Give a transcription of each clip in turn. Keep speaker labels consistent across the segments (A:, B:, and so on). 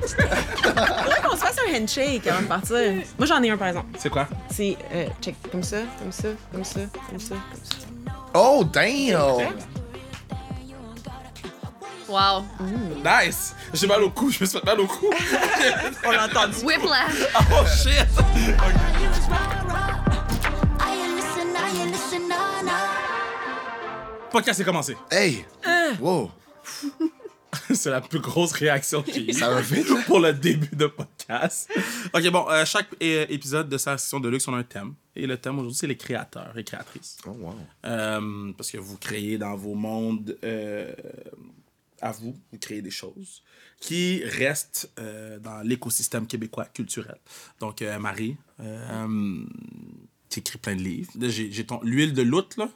A: Faudrait qu'on se fasse un handshake avant de partir. Moi, j'en ai un, par exemple.
B: C'est quoi?
A: C'est euh, check comme ça, comme ça, comme ça, comme ça, comme ça.
C: Oh, damn!
D: Hein? Wow.
B: Nice! J'ai mal au cou, je me suis fait mal au cou.
A: On l'a entendu.
D: Whiplash.
B: oh shit! Podcast est commencé.
C: Hey!
D: Hein?
C: Wow!
B: C'est la plus grosse réaction que j'ai eue.
C: Ça va vite, là.
B: pour le début de podcast. Ok, bon, euh, chaque é- épisode de sa session de luxe, on a un thème. Et le thème aujourd'hui, c'est les créateurs et créatrices.
C: Oh, wow.
B: Euh, parce que vous créez dans vos mondes euh, à vous, vous créez des choses qui restent euh, dans l'écosystème québécois culturel. Donc, euh, Marie, euh, tu écris plein de livres. Là, J'ai j'ai ton L'huile de l'outre, là.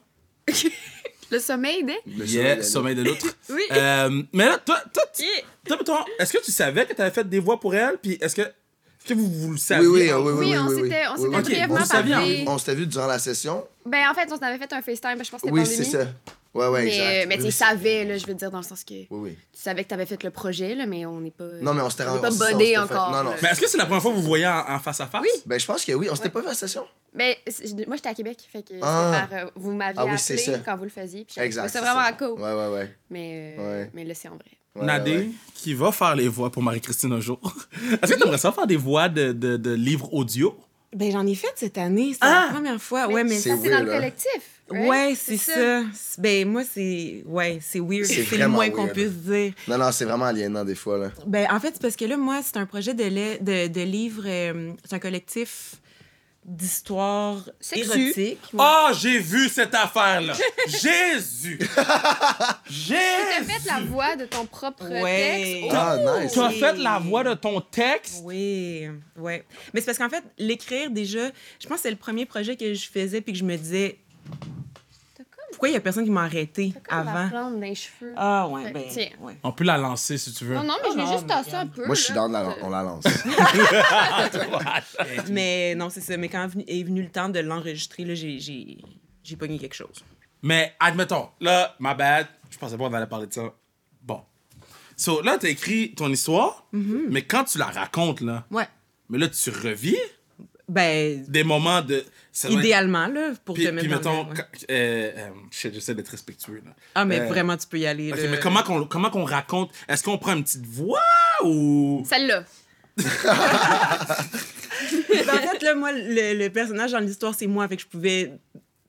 D: Le sommeil des.
C: Le
B: Yeah,
C: sommeil
B: Sommeil de l'outre.
D: Oui.
B: Euh, mais là, toi, toi, tu-
A: Yeah.
B: toi, mettons, est-ce que tu savais que tu avais fait des voix pour elle? Puis est-ce que, est-ce que vous, vous le saviez?
C: Oui, oui, oh, oui, oui,
D: Oui, on
C: oui, oui.
D: s'était- on
C: Oui,
D: s'était
C: oui.
B: brièvement
C: On s'était vu-
B: parlé.
C: On s'était vu durant la session.
D: Ben, en fait, on avait fait un FaceTime, ben, je pense que c'était
C: Oui, c'est
D: pandémie.
C: ça. Ouais, ouais,
D: Mais,
C: exact.
D: mais
C: Oui,
D: tu
C: oui.
D: savais, là, je veux dire, dans le sens que tu
C: Oui, oui.
D: savais que t'avais fait le projet, là, mais on n'est pas.
C: Non, mais on s'était
D: On
C: rendu
D: est pas
C: on s'était- on
D: bodés
C: s'était fait-
D: encore,
C: Non, non.
D: là.
B: Mais est-ce que c'est la première fois que vous voyez en, en face à face?
D: Oui.
C: Ben, je pense que oui. On s'était pas vu à la session.
D: Ben, c'est- moi, j'étais à Québec, fait que
C: Ah.
D: c'était par, euh, vous m'aviez
C: Ah oui, c'est
D: appelé
C: ça.
D: quand vous le faisiez. Puis
C: Exact.
D: C'est vraiment cool.
C: Ouais, ouais, ouais.
D: Mais, euh,
C: Ouais.
D: mais là, c'est en vrai.
C: Ouais,
B: Nadé,
C: ouais.
B: qui va faire les voix pour Marie-Christine un jour. Est-ce que tu aimerais ça faire des voix de, de, de livres audio?
A: Ben, j'en ai fait cette année. C'est
B: Ah!
A: la première fois. Ouais, mais.
C: C'est
D: Ça, c'est dans
C: weird,
D: le
C: hein.
D: collectif. right?
A: Ouais, c'est ça. C'est- Ben, moi, c'est. Ouais, c'est weird.
C: C'est
A: C'est le
C: vraiment
A: moins qu'on
C: weird.
A: puisse dire.
C: Non, non, c'est vraiment aliénant des fois, là.
A: Ben, en fait, c'est parce que là, moi, c'est un projet de, lai- de, de livre. euh, c'est un collectif d'histoire
D: Sexu.
A: érotique.
B: Ah, j'ai vu cette affaire-là! Jésus! Jésus!
D: T'as fait la voix de ton propre
A: Ouais.
D: texte. Oh,
C: Ah, nice.
B: T'as fait la voix de ton texte?
A: Oui, ouais. Mais c'est parce qu'en fait, l'écrire déjà, je pense que c'est le premier projet que je faisais puis que je me disais,
D: T'as comme,
A: pourquoi il y a personne qui m'a arrêté
D: t'as comme la
A: avant?
D: plante dans les cheveux.
A: Ah, ouais,
D: Ouais,
A: ben.
D: tiens.
A: ouais.
B: On peut la lancer si tu veux.
D: Non, non, mais je
A: Ah,
D: l'ai juste
A: mais
D: tassé un
A: regarde.
D: peu.
C: Moi, je suis
D: là.
C: dans la... On la lance.
A: Mais non, c'est ça. Mais quand venu- est venu le temps de l'enregistrer, là, j'ai- j'ai j'ai pogné quelque chose.
B: Mais admettons, là, ma bad, je pensais pas qu'on allait parler de ça. Bon. So, là, t'as écrit ton histoire,
D: Mhm.
B: mais quand tu la racontes, là,
A: Ouais.
B: mais là, tu revis
A: Ben,
B: des moments de. ça doit être-
A: idéalement, là, pour
B: Puis,
A: te mettre
B: puis
A: dans
B: mettons,
A: le- ouais.
B: quand- euh, euh, shit, j'essaie d'être respectueux, là.
A: Ah, mais
B: Euh,
A: vraiment, tu peux y aller.
B: ok,
A: là.
B: mais comment qu'on, comment qu'on raconte Est-ce qu'on prend une petite voix ou.
D: Celle-là.
A: Ben, en fait, là, moi, le, le personnage dans l'histoire, c'est moi, fait que je pouvais,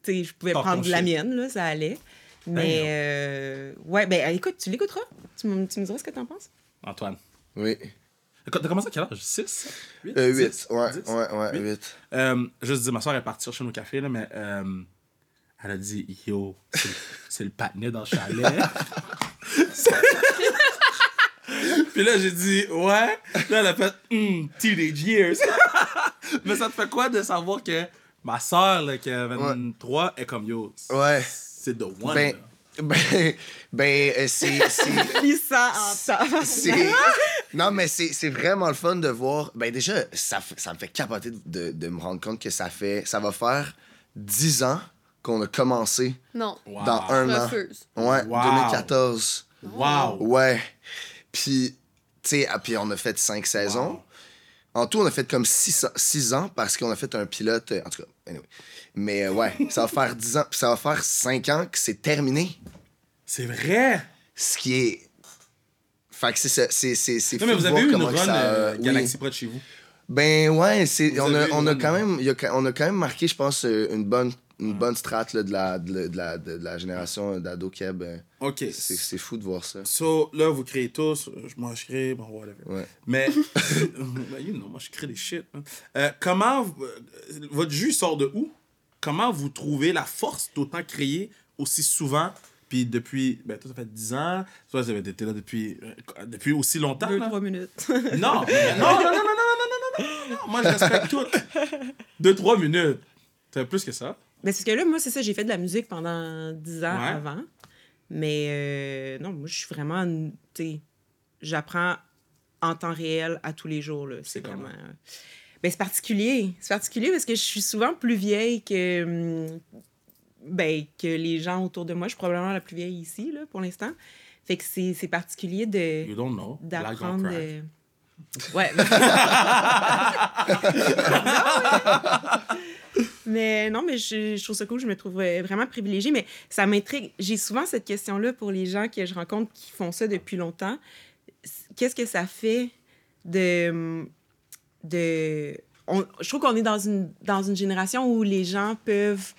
A: tu sais, je pouvais
B: Porte
A: prendre
B: ton
A: la
B: shit.
A: mienne, là, ça allait. Mais, euh, ouais, ben écoute, tu l'écouteras. Tu, me- tu me diras ce que t'en penses.
B: Antoine.
C: Oui.
B: T'as commencé à quel âge 6 8
C: Euh, 8. Ouais, ouais, ouais, 8.
B: Euh, juste dire, ma soeur est partie chez nos cafés, là, mais euh, elle a dit Yo, c'est le- c'est le patinet dans le chalet. Puis là, j'ai dit Ouais. Là, elle a fait Hmm, Teenage Years. mais ça te fait quoi de savoir que ma soeur, là, qui a 23, est comme Yo c'est-
C: Ouais.
B: C'est the one.
C: Ben,
B: là.
C: ben, ben, euh, c'est. c'est-
A: Glissant en temps.
C: C'est- Non, mais c'est c'est vraiment le fun de voir. Ben déjà, ça, f- ça me fait capoter de, de- de me rendre compte que ça fait. Ça va faire 10 ans qu'on a commencé
D: Non.
B: Wow.
C: dans un an.
D: Refuse.
C: Ouais,
B: Wow.
C: 2014.
B: Wow.
C: Ouais. Puis, tu sais, ah, puis on a fait 5 saisons. En tout, on a fait comme 6 ans parce qu'on a fait un pilote. euh, En tout cas, anyway. Mais euh, ouais, ça va faire 10 ans. Puis ça va faire 5 ans que c'est terminé.
B: C'est vrai.
C: Ce qui est. Fait que c'est ça. C'est c'est- c'est
B: Non, mais
C: fou de
B: vous avez
C: voir
B: eu une
C: comment
B: run
C: que ça,
B: euh,
C: oui.
B: Galaxy près de chez vous.
C: Ben ouais, c'est,
B: Vous
C: on, a,
B: avez
C: on, a
B: une- euh,
C: quand même, il y a quand- on a quand même marqué, je pense, euh, une bonne, une bonne strate là, de, la, de, la- de la, de la génération euh, d'ado Keb. euh.
B: Ok.
C: C'est, c'est fou de voir ça.
B: So, là, vous créez tous, euh, je- moi je crée, bon, whatever.
C: Ouais.
B: Mais, Ben, you know, moi je crée des shit. hein. Euh, comment, vous- euh, votre jus sort de où? Comment vous trouvez la force d'autant créer aussi souvent? Puis depuis, ben, toi ça fait 10 ans, toi ça fait été là depuis, euh, depuis aussi longtemps.
A: Deux,
B: là.
A: trois minutes.
B: Non, non, non, non, non, non, non, non, non, non, non, non, moi je respecte tout. Deux, trois minutes. C'est plus que ça.
A: Mais c'est parce que là, moi, c'est ça, j'ai fait de la musique pendant 10 ans
B: Ouais.
A: avant. Mais euh, non, moi, je suis vraiment. une- Tu sais, j'apprends en temps réel à tous les jours. là.
B: C'est
A: C'est
B: comment?
A: vraiment. euh, Ben, c'est particulier. C'est particulier parce que je suis souvent plus vieille que. hum, Ben, que les gens autour de moi. Je suis probablement la plus vieille ici, là, pour l'instant. Fait que c'est c'est particulier de
B: You don't know. Black don't
A: d'apprendre
B: cry.
A: de- Ouais. mais non, mais je, je trouve ça cool. Je me trouve euh, vraiment privilégiée. Mais ça m'intrigue. J'ai souvent cette question-là pour les gens que je rencontre qui font ça depuis longtemps. Qu'est-ce que ça fait de. de on- je trouve qu'on est dans une, dans une génération où les gens peuvent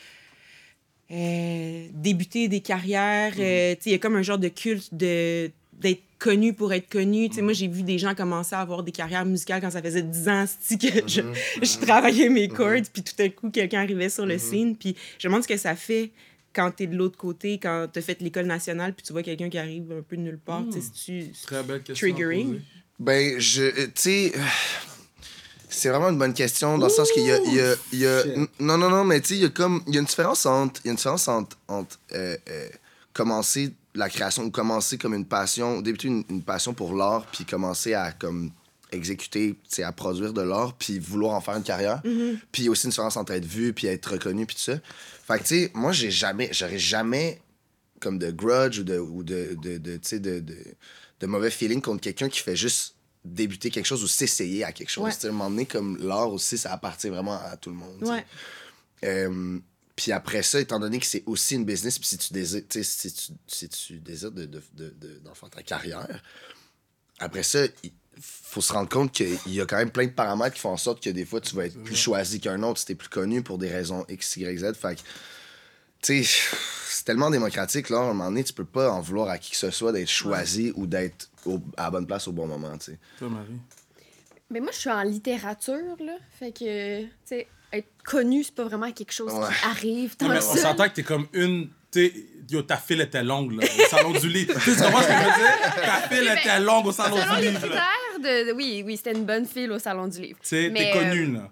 A: euh, débuter des carrières.
B: Mhm.
A: euh, tu sais, Il y a comme un genre de culte de d'être connu pour être connu.
B: Mhm.
A: Tu sais, Moi, j'ai vu des gens commencer à avoir des carrières musicales quand ça faisait 10 ans c'ti, que je,
B: Mhm.
A: je travaillais mes cordes, puis tout à coup, quelqu'un arrivait sur
B: Mhm.
A: le scene. Puis je me demande ce que ça fait quand t'es de l'autre côté, quand t'as fait l'école nationale, puis tu vois quelqu'un qui arrive un peu de nulle part. tu sais, c'est-tu-
B: Hmm. Très belle question. à
A: Triggering.
B: poser.
C: Ben, je. euh, Tu sais. euh, C'est vraiment une bonne question dans le sens qu'il y a. il y a- il y a-
B: Shit.
C: n- non, non, non, mais tu sais, il y a comme. Il y a une différence entre. Il y a une différence entre. entre, euh, euh, commencer la création ou commencer comme une passion, débuter une, une passion pour l'art, puis commencer à comme exécuter, tu sais, à produire de l'art, puis vouloir en faire une carrière. Puis il y a aussi une différence entre être vu, puis être reconnu, puis tout ça. Fait que, tu sais, moi, j'ai jamais, j'aurais jamais comme de grudge ou de, ou de, de, de, tu sais, de, de, de mauvais feeling contre quelqu'un qui fait juste débuter quelque chose ou s'essayer à quelque chose.
A: Ouais.
C: Tu sais, à un moment donné, comme l'art aussi, ça appartient vraiment à tout le monde. tu sais.
A: Ouais.
C: Euh, puis après ça, étant donné que c'est aussi une business, puis si tu désires, tu sais, si tu, si tu désires de, de, de- de- d'en faire ta carrière, après ça, il faut se rendre compte qu'il y a quand même plein de paramètres qui font en sorte que des fois, tu vas être plus choisi qu'un autre si t'es plus connu pour des raisons X, Y, Z. Fait que, tu sais, c'est tellement démocratique, là, à un moment donné, tu peux pas en vouloir à qui que ce soit d'être choisi ou d'être au- à la bonne place au bon moment, tu sais.
B: Toi, Marie.
D: Mais moi, je suis en littérature, là. Fait que, tu sais, être connu, c'est pas vraiment quelque chose
C: Ouais.
D: qui arrive
B: Non,
D: tant
B: mais
D: que
B: on
D: ça.
B: s'entend que t'es comme une. t'es- Yo, ta file était longue, là, au salon du lit. tu sais comment je veux dire? Ta file
D: ben,
B: était longue au salon
D: Selon
B: du
D: les
B: lit. là.
D: critères de... de- Oui, oui, c'était une bonne fille au Salon du Livre.
B: Tu sais, t'es
D: Mais,
B: connu, là.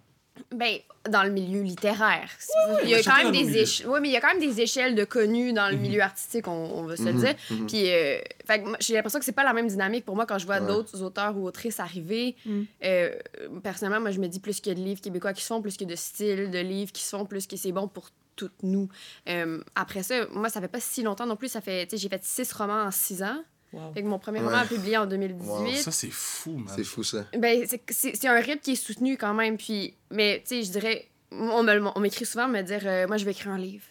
D: Ben, dans le milieu littéraire. C'est- il y
B: mais
D: a quand
B: chacun
D: même
B: dans Mhm. nos
D: des
B: milieux.
D: éche- ouais, mais il y a quand même des échelles de connus dans le milieu artistique, on, on va se
B: Mhm.
D: le dire. Puis, euh, fait que moi, j'ai l'impression que c'est pas la même dynamique pour moi quand je vois
C: Ouais.
D: d'autres auteurs ou autrices arriver.
A: Mhm.
D: Euh, personnellement, moi, je me dis plus que de livres québécois qui se font, plus que de styles de livres qui se font, plus que c'est bon pour toutes nous. Euh, après ça, moi, ça fait pas si longtemps non plus. Ça fait, tu sais, j'ai fait six romans en six ans.
A: Wow.
D: Fait que mon premier
C: Ouais.
D: roman a publié en 2018.
B: Ça, c'est fou, man.
C: C'est fou, ça.
D: Ben, c'est- c'est c'est un rythme qui est soutenu quand même. Puis, mais tu sais, je dirais, on me le- on m'écrit souvent me dire, euh, moi, je vais écrire un livre.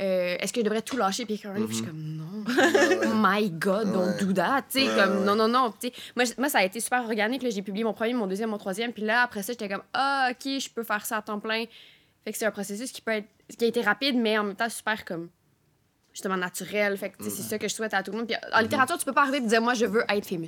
D: Euh, Est-ce que je devrais tout lâcher puis écrire un livre? Puis Je suis
C: Mhm. Ouais, ouais.
D: comme, non. My God, don't
C: Ouais.
D: do that. Tu sais,
C: Ouais,
D: comme,
C: ouais.
D: non, non, non. Tu sais, Moi, j- moi, ça a été super organique. là. J'ai publié mon premier, mon deuxième, mon troisième. Puis là, après ça, j'étais comme, ah, OK, je peux faire ça à temps plein. Fait que c'est un processus qui peut être qui a été rapide, mais en même temps super comme justement naturel. Fait que tu sais, c'est ça que je souhaite à tout le monde. Puis en littérature, tu peux pas arriver et dire moi je veux être famous.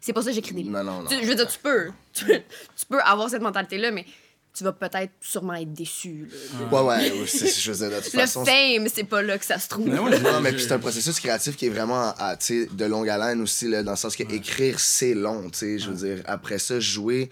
D: C'est pour ça que j'écris des livres.
C: Non, non, non.
D: Tu- je veux dire, tu peux. Tu, tu peux avoir cette mentalité-là, mais tu vas peut-être sûrement être déçu. là.
C: Ouais, ouais, ouais, c'est- je veux dire, de toute
D: Le
C: façon,
D: fame, c'est pas là que ça se trouve.
B: Mais moi,
C: Non, mais
B: j'ai-
C: puis c'est un processus créatif qui est vraiment à, tu sais, de longue haleine aussi, là, dans le sens que écrire, c'est long, tu sais, je veux dire. Après ça, jouer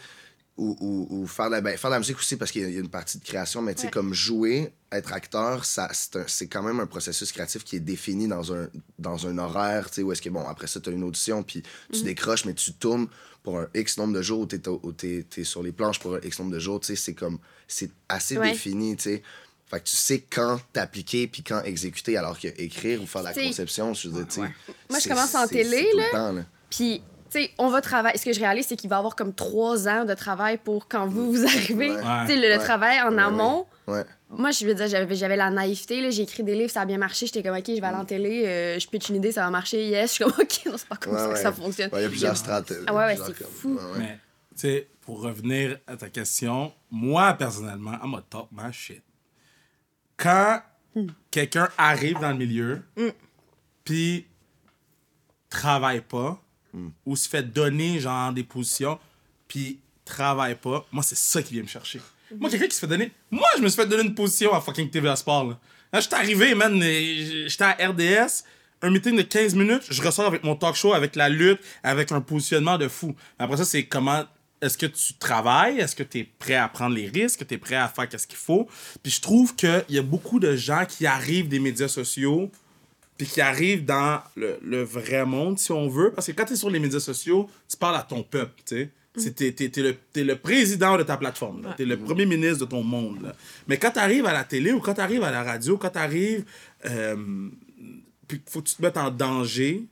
C: ou, ou- ou faire, de la, ben, faire de la musique aussi, parce qu'il y a- il y a une partie de création, mais tu sais,
D: Ouais.
C: comme jouer, être acteur, ça, c'est, un- c'est quand même un processus créatif qui est défini dans un, dans un horaire, tu sais, où est-ce que, bon, après ça, tu as une audition, puis
D: Mm-hmm.
C: tu décroches, mais tu tournes pour un X nombre de jours, ou t'es, au- où t'es- t'es sur les planches pour un X nombre de jours, tu sais, c'est comme, c'est assez
D: Ouais.
C: défini, tu sais. Fait que tu sais quand t'appliquer puis quand exécuter, alors que écrire ou faire la
D: Tu sais-
C: conception, je veux dire, tu sais.
A: Ouais.
D: Moi, je
C: c'est-
D: commence en
C: c'est-
D: télé,
C: c'est tout le temps, là.
D: Puis, tu sais, on va travailler. Ce que je réalise, c'est qu'il va y avoir comme trois ans de travail pour quand vous, vous arrivez.
C: Ouais.
D: Tu sais, le, le
C: Ouais.
D: travail en
C: Ouais,
D: amont.
C: Ouais.
D: Moi, je veux dire, j'avais, j'avais la naïveté. Là. J'ai écrit des livres, ça a bien marché. J'étais comme, OK, je vais aller en télé, euh, je pitch une idée, ça va marcher. Yes. Je suis comme, OK, non, c'est pas comme
C: Ouais,
D: ça
C: ouais.
D: que ça fonctionne.
C: Ouais, Il y a plusieurs strates.
D: Ah ouais, ouais,
C: plusieurs
D: c'est
C: comme-
D: fou.
C: ouais, ouais.
B: Mais, tu sais, pour revenir à ta question, moi, personnellement, I'm a top man shit. Quand quelqu'un arrive dans le milieu, puis travaille pas, ou se fait donner, genre, des positions, puis travaille pas, moi, c'est ça qui vient me chercher. Moi, quelqu'un qui se fait donner... Moi, je me suis fait donner une position à fucking TVA Sport, là. Là, j'étais arrivé, man, et j'étais à RDS... Un meeting de 15 minutes, je ressors avec mon talk show, avec la lutte, avec un positionnement de fou. Après ça, c'est comment est-ce que tu travailles? Est-ce que tu es prêt à prendre les risques? Tu es prêt à faire quest ce qu'il faut? Puis je trouve qu'il y a beaucoup de gens qui arrivent des médias sociaux, puis qui arrivent dans le, le vrai monde, si on veut. Parce que quand tu es sur les médias sociaux, tu parles à ton peuple, tu sais. C'est- T'es t'es- t'es le, t'es le président de ta plateforme. là. T'es le premier ministre de ton monde. là. Mais quand t'arrives à la télé ou quand t'arrives à la radio, quand t'arrives... euh, puis faut que tu te mettes en danger,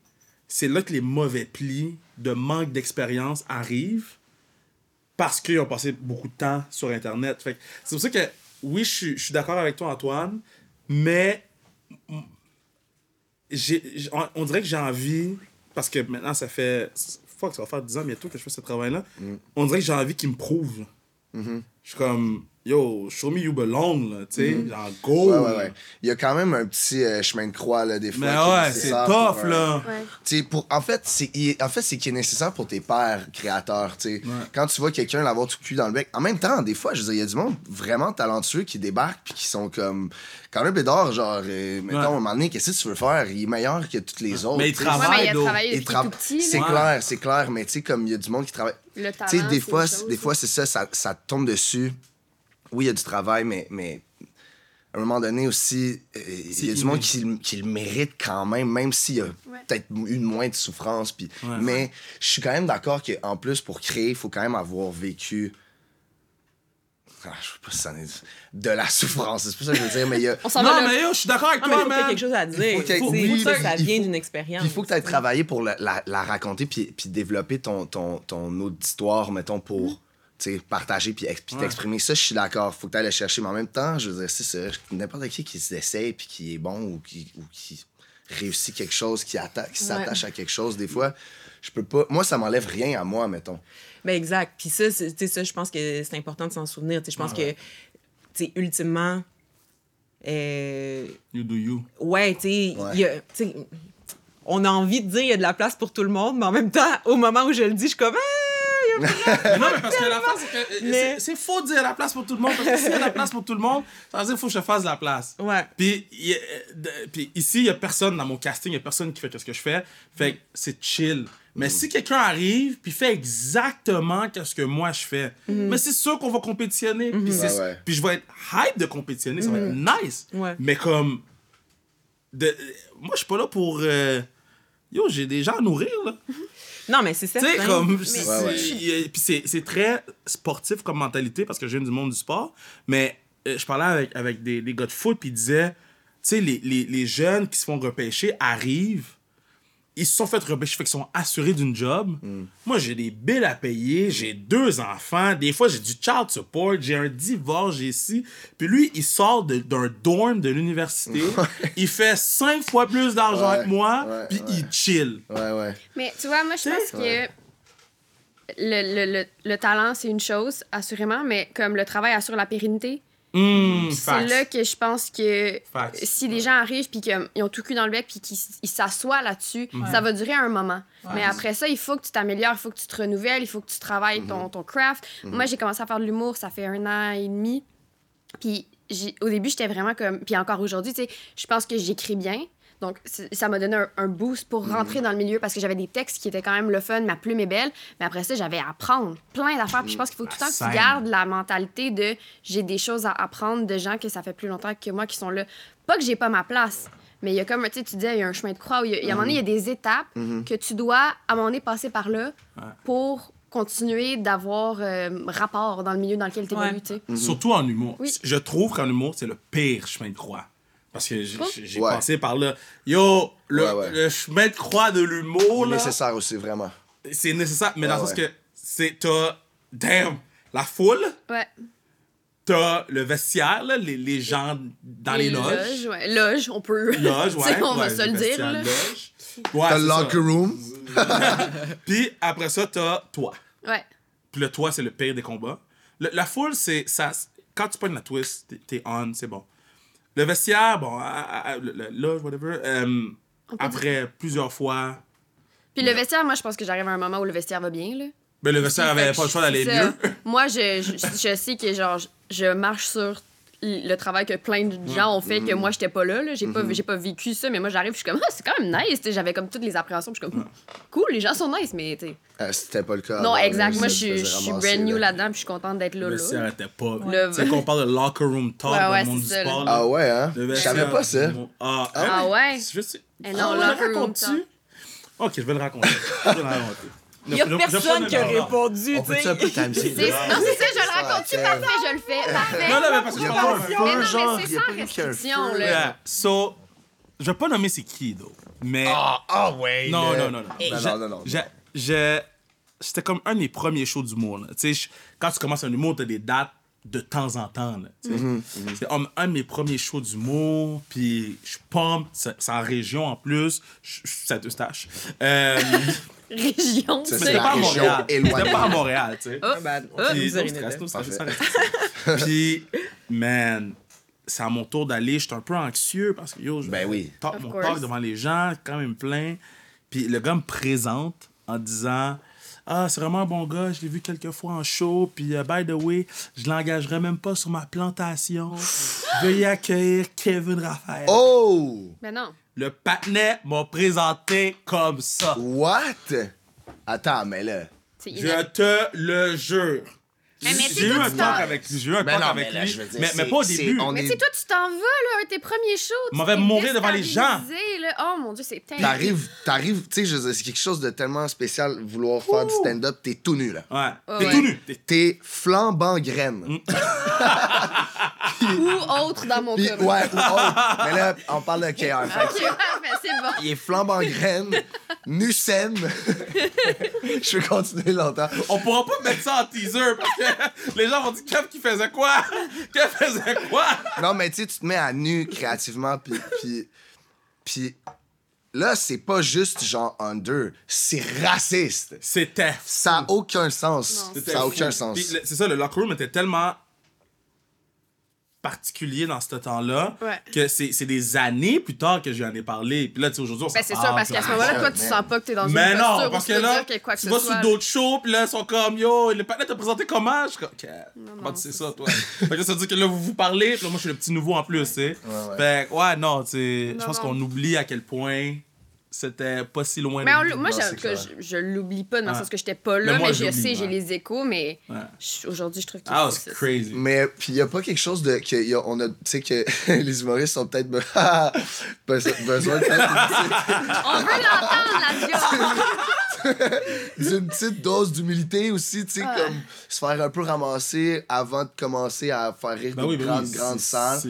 B: c'est là que les mauvais plis de manque d'expérience arrivent. parce qu'ils ont passé beaucoup de temps sur Internet. Fait que c'est pour ça que, oui, je suis- je suis d'accord avec toi, Antoine, mais j'ai- j'ai- on, on dirait que j'ai envie, parce que maintenant, ça fait. Fuck, ça va faire 10 ans bientôt que je fais ce travail-là.
C: Mm.
B: On dirait que j'ai envie qu'ils me prouvent.
C: Mm-hmm.
B: Je suis comme, yo, show me you belong, là, tu sais, genre, go.
C: Mm-hmm. Ouais, ouais, ouais. Il y a quand même un petit euh, chemin de croix, là, des fois.
B: Mais
C: qui est
B: ouais, c'est
C: nécessaire
B: tough,
C: pour, euh,
B: là.
D: Ouais.
C: tu sais, pour, en fait, c'est il est- en fait, c'est qui est nécessaire pour tes pères créateurs. tu sais.
B: Ouais.
C: Quand tu vois quelqu'un l'avoir tout cul dans le bec, en même temps, des fois, je veux dire, il y a du monde vraiment talentueux qui débarque puis qui sont comme. Quand le Bédard, genre, euh, mettons,
B: Ouais.
C: à un moment donné, qu'est-ce que tu veux faire Il est meilleur que toutes les autres.
B: Mais il
C: tu sais.
B: travaille.
D: Ouais, mais il a
B: d'eau.
D: travaillé
C: Il
D: depuis
C: tra-
D: tout petit.
C: C'est
D: là.
B: Ouais.
C: clair, c'est clair, mais tu sais, comme il y a du monde qui travaille.
D: Le talent.
C: Tu sais, des
D: c'est
C: fois,
D: une chose.
C: des fois c'est ça, ça, ça te tombe dessus. Oui, il y a du travail, mais, mais à un moment donné aussi, euh, il y a
B: C'est
C: du monde qui, le- qui le mérite quand même, même s'il y a peut-être eu moins de souffrance. puis
B: Ouais.
C: Mais je suis quand même d'accord qu'en plus, pour créer, il faut quand même avoir vécu. Ah, je sais pas si ça en est de la souffrance, c'est pas ça que je veux dire, mais il y a.
D: On s'en va
B: Non,
D: là.
B: mais yo, je suis d'accord avec
A: Ah, mais il
B: toi,
A: faut qu'il y ait
B: man.
A: quelque chose à dire.
C: faut qu'il y ait-
A: Faut-
C: oui,
A: faut ça,
C: mais
A: ça
C: il
A: vient
C: faut-
A: d'une
C: Puis
A: expérience.
C: il faut que tu aies travaillé pour la, la- la raconter puis, puis développer ton, ton, ton auditoire, mettons, pour
D: Mhm.
C: tu sais, partager puis, ex- puis
B: Ouais.
C: t'exprimer. Ça, je suis d'accord. faut que tu ailles le chercher. Mais en même temps, je veux dire, c'est ça. N'importe qui qui s'essaye puis qui est bon ou qui, ou qui réussit quelque chose, qui atta- qui s'attache à quelque chose, des fois, je peux pas. Moi, ça m'enlève rien à moi, mettons.
A: Ben exact. Puis ça, c'est- tu sais, ça, je pense que c'est important de s'en souvenir. Tu sais, Je
C: Ah,
A: pense que, tu sais, ultimement, euh,
B: You do you.
A: ouais, tu sais,
C: Ouais.
A: il y a- tu sais, on a envie de dire il y a de la place pour tout le monde, mais en même temps, au moment où je le dis, je suis comme, Ah, il y a-
B: Mais non, mais parce que la place, c'est que, euh,
A: Mais-
B: c'est- c'est faux de dire la place pour tout le monde. Parce que s'il y a la place pour tout le monde, ça veut dire qu'il faut que je fasse la place.
A: Ouais.
B: Puis, il y a- euh, de- puis ici, il n'y a personne dans mon casting, il n'y a personne qui fait ce que je fais. Fait que c'est chill. Mais si quelqu'un arrive puis fait exactement ce que moi je fais,
A: Mhm.
B: mais c'est sûr qu'on va compétitionner. Puis, c'est-
C: Ouais, ouais.
B: puis je vais être hype de compétitionner, ça va être nice.
A: Mhm. Ouais.
B: Mais comme. De, euh, moi, je suis pas là pour. euh, yo, j'ai des gens à nourrir, là.
A: Non, mais c'est
B: Tu
A: certain.
B: sais, comme. c'est-
C: Ouais, ouais.
B: c'est- Puis c'est- c'est très sportif comme mentalité parce que je viens du monde du sport. Mais euh, je parlais avec, avec des, des gars de foot, puis ils disaient, tu sais, les, les, les jeunes qui se font repêcher arrivent, ils se sont fait repêcher, fait qu'ils sont assurés d'une job.
C: Mm.
B: Moi, j'ai des billes à payer, j'ai deux enfants, des fois, j'ai du child support, j'ai un divorce, j'ai ici. Puis lui, il sort de- d'un dorm de l'université, il fait cinq fois plus d'argent
C: Ouais,
B: que moi,
C: ouais,
B: puis
C: ouais.
B: il chill.
C: Ouais, ouais.
D: Mais tu vois, moi, je
B: Tu sais?
D: pense que
C: Ouais.
D: le, le, le, le talent, c'est une chose, assurément, mais comme le travail assure la pérennité,
B: Hmm,
D: c'est
B: facts.
D: là que je pense que
B: Facts.
D: si des gens arrivent puis qu'ils ont tout cul dans le bec puis qu'ils s- ils s'assoient là-dessus,
B: Mm.
D: ça va durer un moment. Mais après ça, il faut que tu t'améliores, il faut que tu te renouvelles, il faut que tu travailles
B: Mm-hmm.
D: ton, ton craft. Moi, j'ai commencé à faire de l'humour, ça fait un an et demi. Puis j'ai- au début, j'étais vraiment comme. Puis encore aujourd'hui, tu sais, je pense que j'écris bien. Donc, c- ça m'a donné un, un boost pour
B: Mm-hmm.
D: rentrer dans le milieu parce que j'avais des textes qui étaient quand même le fun, ma plume est belle. Mais après ça, j'avais à apprendre plein d'affaires. Puis je pense qu'il faut tout le temps que
B: scène.
D: tu gardes la mentalité de j'ai des choses à apprendre de gens que ça fait plus longtemps que moi qui sont là. Pas que j'ai pas ma place, mais il y a comme, tu sais, tu dis, il y a un chemin de croix où il y a, il y a un moment donné, il y a des étapes
B: Mm-hmm.
D: que tu dois, à un moment donné, passer par là pour continuer d'avoir euh, rapport dans le milieu dans lequel tu évolues,
A: Ouais.
D: tu sais.
C: Mhm.
B: Surtout en humour.
D: Oui.
B: Je trouve qu'en humour, c'est le pire chemin de croix. Parce que j'ai
D: Cool.
B: j'ai
C: Ouais.
B: passé par là. Yo, le,
C: Ouais, ouais.
B: le chemin de croix de l'humour, là,
C: Nécessaire aussi, vraiment.
B: c'est nécessaire. Mais dans
C: Ouais,
B: le sens
C: ouais.
B: que c'est. T'as. Damn! La foule,
D: Ouais.
B: t'as le vestiaire, là, les, les gens dans les, loges.
D: Loges, ouais. Loges, on peut.
B: Loges,
D: Tu sais,
B: ouais.
D: on va
B: ouais,
D: se le dire.
B: vestiaire,
D: Là.
B: loge. Ouais,
C: T'as
B: Ah, c'est
C: le
B: ça.
C: locker room.
B: Puis après ça, t'as toi.
D: Ouais.
B: Puis le toit, c'est le pire des combats. Le- la foule, c'est. ça Quand tu pognes la twist, t'es- t'es on, c'est bon. Le vestiaire, bon, à- à- à- le- le- loge, whatever. euh, après plusieurs fois.
D: Puis le vestiaire, moi, je pense que j'arrive à un moment où le vestiaire va bien, là.
B: Mais ben, le vestiaire avait
D: Fait que
B: pas le choix
D: je-
B: d'aller
D: c'est ça.
B: mieux.
D: Moi, je, je, je sais que, genre, je, je marche sur le travail que plein de gens ont fait que
C: Mm.
D: moi j'étais pas là, là. j'ai
C: Mm-hmm.
D: pas j'ai pas vécu ça mais moi j'arrive je suis comme ah, c'est quand même nice tu sais, j'avais comme toutes les appréhensions puis je suis comme hmm, cool les gens sont nice mais tu sais
C: Euh, C'était pas le cas.
D: non
C: avant, là,
D: exact
C: ça
D: moi
C: te
D: je suis
C: faisait
D: je suis
C: ramasser,
D: brand new
C: là.
D: là-dedans puis je suis contente d'être là,
B: Le
D: là.
B: vestiaire était pas.
D: Le-
B: Tu sais qu'on parle de locker room talk
D: Ouais,
B: dans
D: ouais,
B: le monde du
D: c'est ça,
B: sport.
D: là.
B: là.
C: Ah ouais, hein?
B: Le
C: Je
B: vestiaire-
C: savais pas ça.
B: Ah,
D: Ah ouais?
B: Je sais.
D: Eh
B: Ah,
D: non,
B: on le
D: locker room
B: raconte-tu?
D: talk.
B: Ok, je vais le raconter. Je vais le raconter.
A: Il n'y a
B: Je- je- je-
A: personne
B: je-
A: qui a
B: non, non.
A: répondu,
C: On
A: tu
C: peut-tu un peu
A: sais.
C: timer?
D: C'est- non c'est ça je le
C: Ah, Ça,
D: raconte tu
C: ok.
D: parfait je le fais parfait
B: Non, non, mais parce que je
C: Il y a
B: parle
C: pas
B: d'un
C: un
B: feu.
D: Mais non,
C: feu,
D: mais
C: genre.
D: c'est
C: il y a
D: sans
C: pas eu qu'un
D: restriction,
C: feu.
D: là.
B: Yeah. So, je vais pas nommer c'est qui, though. Mais.
C: Ah, ah ouais.
B: non, Ben
C: le-
B: non, non, non.
C: Non,
B: Je-
C: non, non, non.
B: je- je- c'était comme un des premiers shows d'humour. là. Tu sais, je- quand tu commences un humour, t'as des dates de temps en temps. là, tu sais. C'est un, un de mes premiers shows d'humour, puis je pompe, c'est c'est en région en plus, je je suis à Eustache. Euh,
D: Région,
B: mais
C: Ça, c'est
D: tu sais.
B: c'était pas à
C: région
B: Montréal.
C: éloignée.
B: C'était pas à Montréal, tu sais.
A: Ah,
C: ben,
A: bad.
B: Puis-
A: Vous
B: non,
A: avez
B: c'est
A: une
B: Crasto,
A: idée.
B: c'est
C: Parfait.
B: Crasto. Puis, man, c'est à mon tour d'aller. J'étais un peu anxieux parce que yo, je
C: Ben oui.
B: tape
D: Of
B: mon
D: course.
B: talk devant les gens, quand même plein. Puis le gars me présente en disant Ah, c'est vraiment un bon gars, je l'ai vu quelques fois en show. Puis, euh, by the way, je l'engagerai même pas sur ma plantation.
A: Oh.
B: Veuillez accueillir Kevin Raphaël.
C: Oh!
D: Mais non.
B: Le patinet m'a présenté comme ça.
C: What? Attends, mais là.
D: C'est
B: Je te le jure.
D: Mais- mais
B: J'ai
D: c'est
B: eu
D: quoi
B: un
D: tu
B: talk
D: t'en-
B: avec lui. J'ai eu un
C: Mais
B: talk
C: non,
B: avec
C: mais là,
B: lui.
C: je veux dire,
B: mais, mais
C: c'est-
B: pas au
C: c'est-
B: début.
C: on est-
D: Mais tu sais, toi, tu t'en vas, là, un de tes premiers shows. tu
B: Mauvais
D: t'es
B: mourir devant les gens.
D: déstabilisé, là. Oh mon dieu, c'est terrible.
C: T'arrives, t'arrives, tu sais, je veux dire, c'est quelque chose de tellement spécial vouloir faire du stand-up, t'es tout nu, là.
B: Ouais.
D: Ouais.
B: T'es tout nu. T'es-
C: T'es flambant graine.
D: Ou autre dans mon
C: Puis,
D: cas.
C: ouais, ou autre. Mais là, on parle de KR. fait que
D: Ok, parfait, c'est bon.
C: Il est flambant graine, nu saine. je vais continuer longtemps.
B: On pourra pas mettre ça en teaser parce que les gens vont dire Kev qui faisait quoi Kev faisait quoi
C: Non, mais tu sais, tu te mets à nu créativement, puis... puis, puis là, c'est pas juste genre under, c'est raciste.
B: C'était.
C: Ça a aucun sens.
D: Non,
B: c'était
C: ça a
B: fou.
C: aucun sens.
B: Puis le- C'est ça, le locker room était tellement particulier dans ce temps-là
D: Ouais.
B: que c'est c'est des années plus tard que j'en ai parlé. Puis là, tu sais, aujourd'hui, on s'en
D: Ben, c'est sûr,
B: parle,
D: parce
B: puis
D: qu'à
B: on
D: ce moment-là,
C: Ah,
D: toi, tu
C: man.
D: sens pas que t'es dans une
B: Mais
D: posture
B: non,
D: où
B: parce
D: tu
B: que
D: peux
B: là,
D: dire que quoi que
B: tu
D: ce
B: vas
D: soit,
B: sur d'autres shows, puis là, ils sont comme, yo, le panel t'a présenté comment? Je suis comme, Ok, comment tu sais ça, toi? fait que là, ça veut dire que là, vous vous parlez, puis là, moi, je suis le petit nouveau en plus, tu sais.
C: ouais.
B: Fait que, ouais, non, tu sais, je
D: Non,
B: pense
D: non.
B: qu'on oublie à quel point c'était pas si loin
D: Mais
B: de
D: on
B: nous.
D: l'a- moi,
C: Non,
D: j'avoue
C: c'est
D: que
C: clair.
D: je, je l'oublie pas dans le
B: Ouais.
D: sens que j'étais pas là,
B: Mais
D: mais,
B: moi, je
D: je
B: l'oublie,
D: sais, j'ai
B: ouais.
D: les échos, mais
B: Ouais.
D: je- aujourd'hui, je trouve que
B: Ah,
D: c'est
B: c'est
D: ça.
B: crazy.
C: Mais puis il y a pas quelque chose de que y a- on a tu sais que les humoristes ont peut-être be- beso- besoin de faire
D: On veut l'entendre, la gueule!
C: une petite, d'une petite dose d'humilité aussi, tu sais
D: Ah.
C: comme se faire un peu ramasser avant de commencer à faire rire
B: Ben
C: des
B: oui, ben oui,
C: grandes
B: c'est-
C: grandes salles
B: c'est-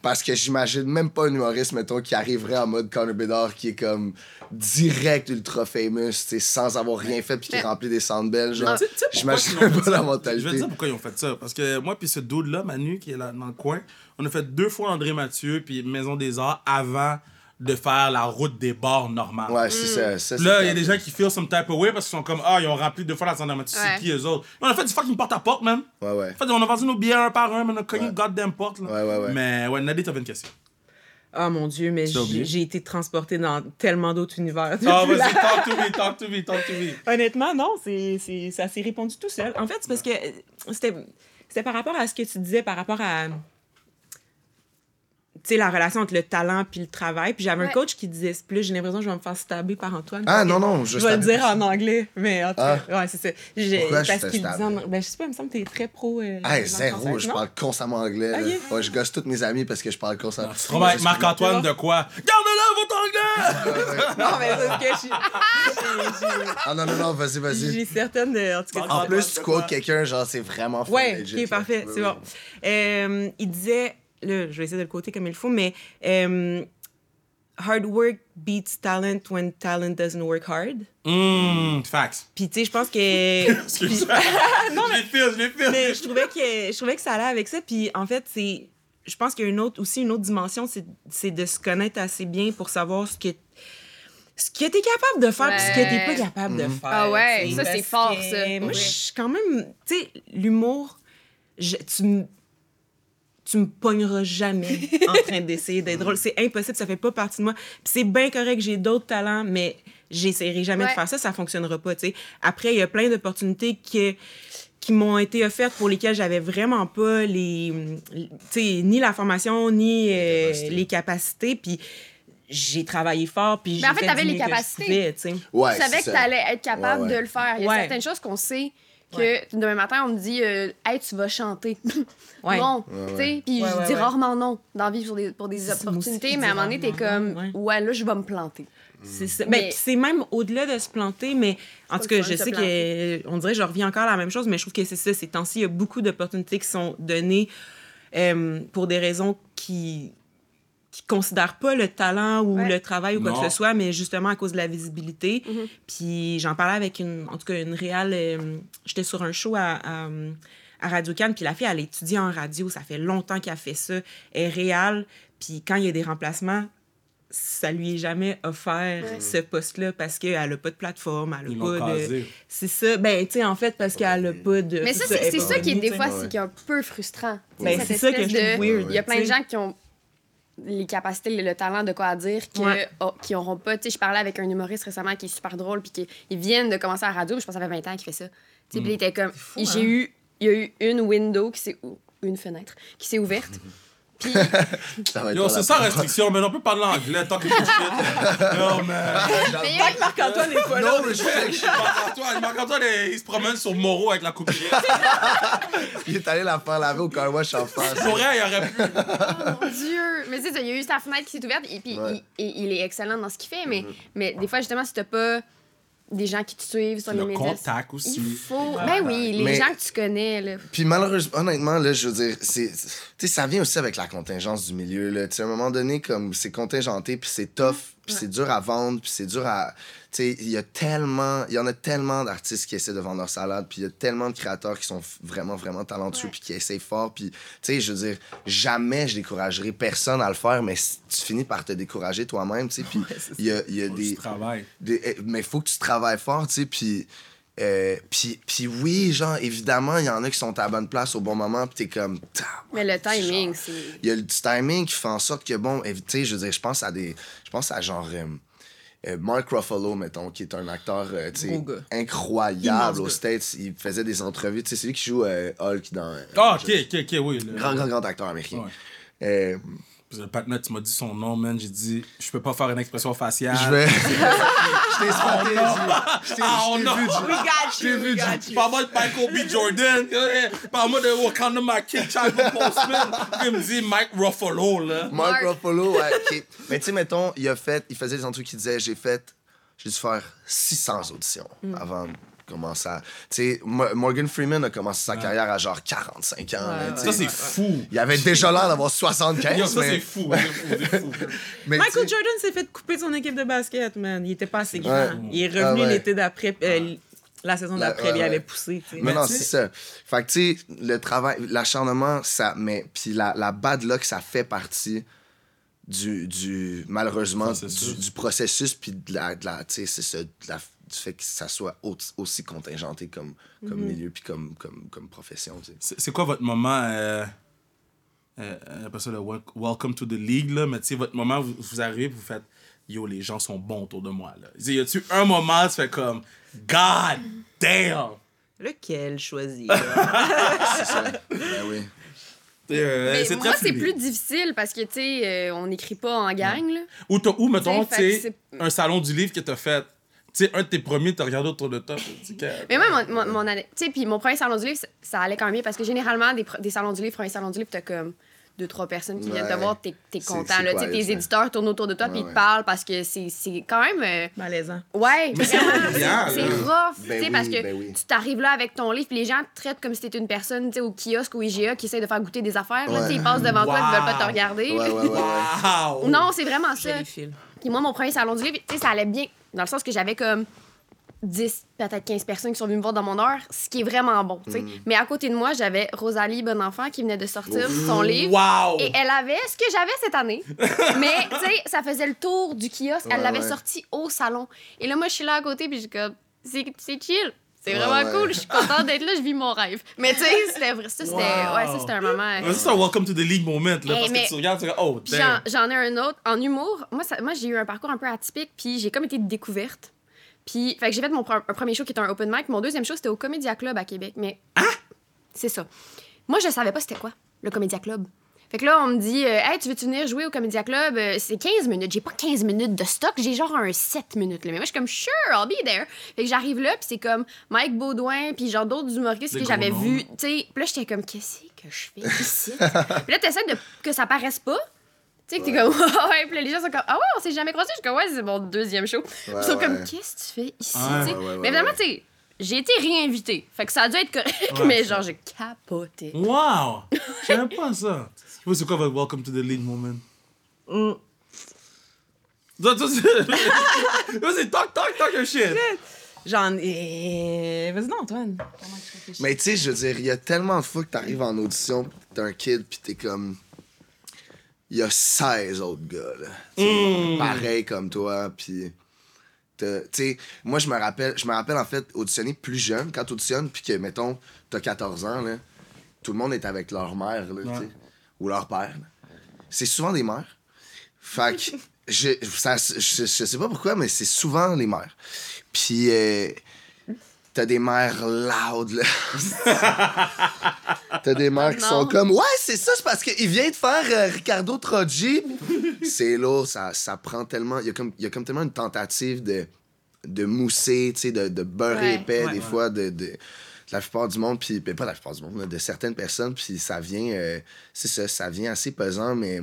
C: parce que j'imagine même pas un humoriste mettons qui arriverait en mode Conor Bédard qui est comme direct ultra famous, tu sais sans avoir rien fait puis qui
D: Mais-
C: remplit des centres
D: Ah.
C: genre.
B: Tu sais- tu sais pourquoi
C: J'imagine
B: ils ont fait
C: pas
B: ça?
C: la
B: Je vais te
C: mentalité.
B: dire pourquoi ils ont fait ça. Parce que moi, puis ce dude-là, Manu, qui est là dans le coin, on a fait deux fois André Mathieu, puis Maison des Arts avant de faire la route des bars normale.
C: Ouais, c'est ça, ça, c'est
B: Là, il y a
C: comme-
B: des gens qui feel some type of way parce qu'ils sont comme, ah, ils ont rempli deux fois la standard tu
D: Ouais.
B: c'est qui eux autres. Mais on a fait du fucking porte-à-porte, man.
C: Ouais ouais.
B: En fait, on a vendu nos billets un par un, mais on a cogné une goddamn porte. là.
C: Ouais, ouais, ouais.
B: Mais ouais, Nadie, t'avais une question.
A: Ah mon Dieu, mais
B: T'as oublié?
A: j'ai j'ai été transportée dans tellement d'autres univers.
B: Ah, vas-y, talk to me, talk to me, talk to me.
A: Honnêtement, non, c'est, c'est- ça s'est répondu tout seul. En fait, c'est parce que euh, c'était, c'était par rapport à ce que tu disais, par rapport à tu sais, la relation entre le talent puis le travail. Puis j'avais un
D: Ouais.
A: coach qui disait, puis là, j'ai l'impression que je vais me faire stabber par Antoine.
C: Ah non non,
A: Je
C: je
A: vais le dire en anglais, mais en tout cas, ouais, c'est ça. J'ai-
C: Ah. Pourquoi je
A: parce
C: fais
A: qu'il
C: stab?
A: disait en- Ben, je sais pas, il me semble que t'es très pro. euh,
C: Hey,
A: langue
C: zéro,
A: française,
C: je
A: non?
C: parle constamment anglais. là.
A: Ok.
C: Ouais, je gosse tous mes amis parce que je parle constamment.
B: Tu te remets avec Marc-Antoine de quoi Garde-le, votre anglais
A: Non, mais c'est parce que je suis- j'ai- j'ai-
C: Ah non, non, non, vas-y,
A: j'ai
C: vas-y.
A: certaines. euh, En tout cas,
C: En
B: Antoine,
C: plus, tu
B: c'est
C: quotes
B: quoi?
C: quelqu'un, genre, c'est vraiment full
A: Ouais,
C: legit,
A: ok,
C: là.
A: parfait,
C: Oui,
A: c'est
C: oui.
A: bon. Euh, il disait, là, je vais essayer de le côté comme il faut, mais euh, hard work beats talent when talent doesn't work hard.
B: Hum, facts.
A: Puis tu sais, je pense que.
B: Excuse-moi. je les file, je les file.
A: mais je trouvais que je trouvais que ça allait avec ça puis en fait c'est je pense qu'il y a une autre aussi une autre dimension c'est c'est de se connaître assez bien pour savoir ce que ce que t'es capable de faire puis ce que t'es pas
D: Ouais.
A: capable de faire
D: Ah ouais,
A: tu sais,
D: ça,
A: parce
D: c'est fort,
A: que
D: ça, pour
A: moi je
D: vrai.
A: suis quand même tu sais l'humour je- tu me tu me pogneras jamais en train d'essayer d'être drôle. C'est impossible, ça fait pas partie de moi. Puis c'est bien correct, j'ai d'autres talents, mais j'essaierai jamais
D: Ouais.
A: de faire ça, ça fonctionnera pas, tu sais. Après, il y a plein d'opportunités que, qui m'ont été offertes pour lesquelles j'avais vraiment pas les, tu sais, ni la formation, ni euh,
C: capacités.
A: les capacités, puis j'ai travaillé fort, puis j'ai
D: Mais en fait,
A: fait
D: t'avais
A: du
D: les
A: mieux que je
D: capacités.
A: pouvais, tu sais.
C: Ouais,
D: Tu savais
C: c'est
D: que
C: ça.
D: t'allais être capable
C: Ouais, ouais.
D: de le faire. Il y a
A: Ouais.
D: certaines choses qu'on sait que
A: Ouais.
D: demain matin, on me dit euh, Hey, tu vas chanter.
A: Ouais.
D: Non. tu sais, Puis
A: Ouais,
D: je
A: ouais,
D: dis
A: ouais.
D: rarement non dans la vie pour des, pour des
A: C'est- moi aussi,
D: opportunités,
A: je
D: mais à un
A: dis
D: moment donné, t'es
A: rarement
D: comme
A: non,
D: Ouais, là, je vais me planter.
A: C'est ça.
D: Mais-
A: Ben, puis c'est même au-delà de se planter, mais en
D: pas
A: tout
D: le
A: cas,
D: fun
A: je
D: de se
A: sais
D: planter.
A: que on dirait que je reviens encore à la même chose, mais je trouve que c'est ça. Ces temps-ci, il y a beaucoup d'opportunités qui sont données euh, pour des raisons qui qui considèrent pas le talent ou
D: Ouais.
A: le travail ou quoi
B: Non.
A: que ce soit, mais justement à cause de la visibilité.
D: Mhm.
A: Puis j'en parlais avec une, en tout cas une réelle. euh, J'étais sur un show à, à, à Radio Cannes, puis la fille, elle étudie en radio. Ça fait longtemps qu'elle fait ça. Elle est réelle. Puis quand il y a des remplacements, ça lui est jamais offert
D: Ouais.
A: ce poste-là parce qu'elle n'a pas de plateforme, elle
B: Ils
A: n'a
B: l'ont
A: pas de.
B: casé.
A: C'est ça. Ben, tu sais, en fait, parce qu'elle n'a pas de.
D: Mais ça, c'est c'est
A: elle Euh, est
D: ça qui est
A: pas
D: des
A: reconnue,
D: fois,
C: ouais.
D: c'est qui est un peu frustrant.
A: Ben,
D: Cette
A: c'est ça que
D: espèce
A: je trouve
D: de-
A: weird.
D: Il y a plein de
A: tu sais.
D: gens qui ont les capacités, le- le talent de quoi à dire, que,
A: Ouais.
D: oh, qui n'auront pas. Tu sais, je parlais avec un humoriste récemment qui est super drôle, puis qui ils viennent de commencer à la radio, mais je pense que ça fait 20 ans qu'il fait ça. Tu sais, puis il était comme.
A: fou,
D: et
A: hein?
D: J'ai eu. Il y a eu une window qui s'est. ou Une fenêtre qui s'est ouverte. Puis,
C: Ça va être
B: Yo,
C: pas la
B: c'est ça
C: première.
B: restriction, mais on peut parler anglais tant que je shit. Yo,
A: Ah,
B: man.
D: mais
A: Tant que Marc-Antoine n'est pas là.
C: Non, mais je
B: Marc-Antoine, Marc-Antoine, il se promène sur Moreau avec la coupe.
C: il est allé la faire laver au car wash en face.
B: Pour elle, il aurait pu.
D: oh mon Dieu! Mais tu sais, il y a eu sa fenêtre qui s'est ouverte, et puis
C: Ouais.
D: il, et il est excellent dans ce qu'il fait,
A: Mm-hmm.
D: mais, mais des fois, justement, si t'as pas des gens qui te suivent sur les
B: Le
D: médias.
B: contact aussi.
D: Il faut. Ben oui, les
C: Mais-
D: gens que tu connais, là.
C: Puis malheureusement, honnêtement, là, je veux dire, c'est, tu sais, ça vient aussi avec la contingence du milieu. Là. Tu sais, à un moment donné, comme c'est contingenté, puis c'est tough, puis c'est dur à vendre, puis c'est dur à. Tu sais, il y a tellement, il y en a tellement d'artistes qui essaient de vendre leur salade, puis il y a tellement de créateurs qui sont f- vraiment, vraiment talentueux,
D: Ouais.
C: puis qui essayent fort, puis tu sais, je veux dire, jamais je découragerai personne à le faire, mais c- tu finis par te décourager toi-même, tu sais, puis il y a, il y a
B: Du
C: des.
B: travail.
C: Des- eh, mais faut que tu travailles fort, tu sais, puis... euh, puis, puis oui, genre, évidemment, il y en a qui sont à la bonne place au bon moment, puis t'es comme...
D: Mais le
C: tabarnak,
D: timing,
C: genre.
D: c'est.
C: Il y a le petit timing qui fait en sorte que, bon, eh, tu sais, je veux dire, je pense à des... Je pense à genre... euh, euh, Mark Ruffalo, mettons, qui est un acteur euh, tu sais,
A: Gros gars. Immense
C: incroyable
A: gars.
C: aux States. Il faisait des entrevues. Tu sais, c'est lui qui joue euh, Hulk dans. euh,
B: Ah, ok, ok, ok, oui. le-
C: Grand, grand, grand acteur américain.
B: Ouais.
C: Euh,
B: Le partenaire, tu m'as dit son nom, man. J'ai dit, je peux pas faire une expression faciale.
C: Je vais. je t'ai spoté, Jules. Je t'ai-
B: Ah, on
C: je t'ai
B: a-
C: vu, Jules.
A: We got
B: J'ai
A: you,
B: vu
A: we
B: du.
A: got you.
B: Parle-moi de Michael B. Jordan. eh, Parle-moi de Wakanda Market, Chad Postman. Puis il me dit Mike Ruffalo, là.
C: Mark
D: Mark.
C: Ruffalo, ouais. ok. Mais tu sais, mettons, il a fait, il faisait des trucs qui disait, j'ai fait, j'ai dû faire 600 auditions avant de commencer à. Tu sais, Mo- Morgan Freeman a commencé sa carrière à genre 45 ans. là, tu sais.
B: Ça, c'est fou.
C: Il avait déjà l'air d'avoir 75,
B: Yo, ça,
C: mais,
B: c'est fou. c'est fou, c'est fou.
C: mais tu
A: Michael
C: sais,
A: Jordan s'est fait couper de son équipe de basket, man. Il était pas assez grand.
C: Ouais.
A: Il est revenu
C: Ah ouais.
A: l'été d'après, euh, la saison
C: La-
A: d'après,
C: ouais,
A: il
C: ouais.
A: avait poussé. tu sais.
C: Mais non,
B: tu sais-
C: c'est ça. Fait que, tu sais, le travail, l'acharnement, ça. Mais, puis la, la bad luck, ça fait partie du. du malheureusement,
B: Processus.
C: du, du processus, puis de la. de la- tu sais, c'est ça, de la- du fait que ça soit au- aussi contingenté comme, comme milieu, puis comme, comme, comme profession, tu sais.
B: C'est c'est quoi votre moment euh, euh, euh, après ça, le wel- Welcome to the League, là, mais tu sais, votre moment, vous, vous arrivez, vous faites Yo, les gens sont bons autour de moi, là. Tu sais, Y a-tu un moment, tu fais comme God damn!
A: Lequel choisir?
C: C'est ça. ben oui. Ben,
B: Euh,
D: Mais
B: c'est
D: moi,
B: très
D: c'est
B: fluide.
D: plus difficile parce que, tu sais, euh, on n'écrit pas en gang, là.
B: Ou, t'as- ou, mettons, tu
D: T'sais, fait que
B: sais, un salon du livre que t'as fait. Tu sais, un de tes premiers, t'as regardé autour de toi. tu sais, que-
D: Mais moi, mon, mon, mon année- tu sais, puis mon premier salon du livre, ça- ça allait quand même bien parce que généralement, des, pr- des salons du livre, un salon du livre, t'as comme deux, trois personnes qui viennent
C: Ouais.
D: te voir, t'es, t'es
C: C'est-
D: content,
C: c'est
D: là. Tu sais,
C: quiet,
D: tes
C: ouais.
D: éditeurs tournent autour de toi
C: Ouais,
D: puis ils
C: ouais.
D: te parlent parce que c'est, c'est quand même. euh,
A: Malaisant.
D: Ouais,
B: Mais c'est
D: vraiment, c'est
B: bien,
D: c'est
B: là.
C: Ben
D: rough, tu sais,
C: oui,
D: parce que
C: ben oui.
D: tu t'arrives là avec ton livre, puis les gens te traitent comme si t'étais une personne, tu sais, au kiosque ou IGA qui essaie de faire goûter des affaires, là,
C: Ouais.
D: tu sais, ils passent devant toi, puis ils veulent pas te
B: Wow.
D: regarder.
C: Ouais, ouais, ouais. ouais.
B: Wow!
D: Non, c'est vraiment ça.
A: J'ai les fils.
D: Puis moi, mon premier salon du livre, tu sais, ça allait bien, dans le sens que j'avais comme 10, peut-être 15 personnes qui sont venues me voir dans mon heure, ce qui est vraiment bon,
C: Mm.
D: tu sais. Mais à côté de moi, j'avais Rosalie Bonenfant qui venait de sortir son livre.
B: Wow!
D: Et elle avait ce que j'avais cette année. Mais, tu sais, ça faisait le tour du kiosque. elle
C: Ouais,
D: l'avait
C: ouais.
D: sorti au salon. Et là, moi, je suis là à côté, puis je suis comme, c'est c'est chill. C'est
C: Ouais,
D: vraiment
C: ouais.
D: cool. Je suis contente d'être là, je vis mon rêve. Mais, tu sais, c'était vrai. Ça, c'était
B: Wow.
D: ouais, ça, c'était un moment. euh,
B: Mais ça, c'est un Welcome to the League moment, là,
D: Eh,
B: parce
D: mais-
B: que tu regardes, tu regardes, oh,
D: Puis
B: damn!
D: j'en- j'en ai un autre. En humour, moi, ça- moi j'ai eu un parcours un peu atypique, puis j'ai comme été découverte. Puis, fait que j'ai fait mon pre- un premier show qui était un open mic. Mon deuxième show, c'était au Comédia Club à Québec. Mais. Ah! C'est ça. Moi, je savais pas c'était quoi, le Comédia Club. Fait que là, on me dit, euh, hey, tu veux-tu venir jouer au Comédia Club? Euh, C'est 15 minutes. J'ai pas 15 minutes de stock, j'ai genre un 7 minutes. Là. Mais moi, je suis comme, sure, I'll be there. Fait que j'arrive là, puis c'est comme Mike Baudouin, puis genre d'autres humoristes
B: Des
D: que
B: gros
D: j'avais
B: noms.
D: vus. Tu sais, puis là, j'étais comme, qu'est-ce que je fais ici? puis là, t'essaies de que ça paraisse pas. Tu sais, que t'es comme, Ah ouais, puis là, les gens sont comme, ah ouais, on s'est jamais croisés. Je suis comme, ouais, c'est mon deuxième show. Puis ils sont
C: ouais.
D: comme, qu'est-ce que tu fais ici?
B: Ouais.
D: Tu
C: Ouais,
D: sais.
C: ouais, ouais,
D: mais vraiment,
C: ouais.
D: tu sais, j'ai été réinvitée. Fait que ça a dû être correct,
B: Ouais,
D: mais
B: ça.
D: genre, j'ai capoté.
B: Wow! J'aime pas ça. Vous, c'est quoi votre Welcome to the League moment?
A: Mm.
B: Toi, toi, c'est- Toi, c'est toc, toc, toc, un shit.
A: J'en ai. Vas-y, non, Antoine. Comment tu réfléchis?
C: Mais tu sais, je veux dire, il y a tellement de fois que t'arrives en audition, pis t'es un kid, pis t'es comme. Il y a 16 autres gars, là. Tu sais, Pareil comme toi, pis. t'as- Tu sais, moi, je me rappelle, je me rappelle en fait auditionner plus jeune, quand t'auditionnes, pis que, mettons, t'as 14 ans, là, tout le monde est avec leur mère, là, tu sais, ou leur père. là. C'est souvent des mères. Fait que, je, ça- je, je sais pas pourquoi, mais c'est souvent les mères. Puis, euh, t'as des mères loud, là. t'as des mères qui
D: Non.
C: sont comme, ouais, c'est ça, c'est parce qu'il vient de faire euh, Ricardo Troggi. c'est lourd, ça, ça prend tellement. Il y, a comme- il y a comme tellement une tentative de, de mousser, tu sais, de, de beurrer
D: Ouais.
C: épais,
B: Ouais,
C: des
B: ouais.
C: fois, de. de- de la plupart du monde, puis ben, pas la plupart du monde, là, de certaines personnes, puis ça vient, euh, c'est ça, ça vient assez pesant, mais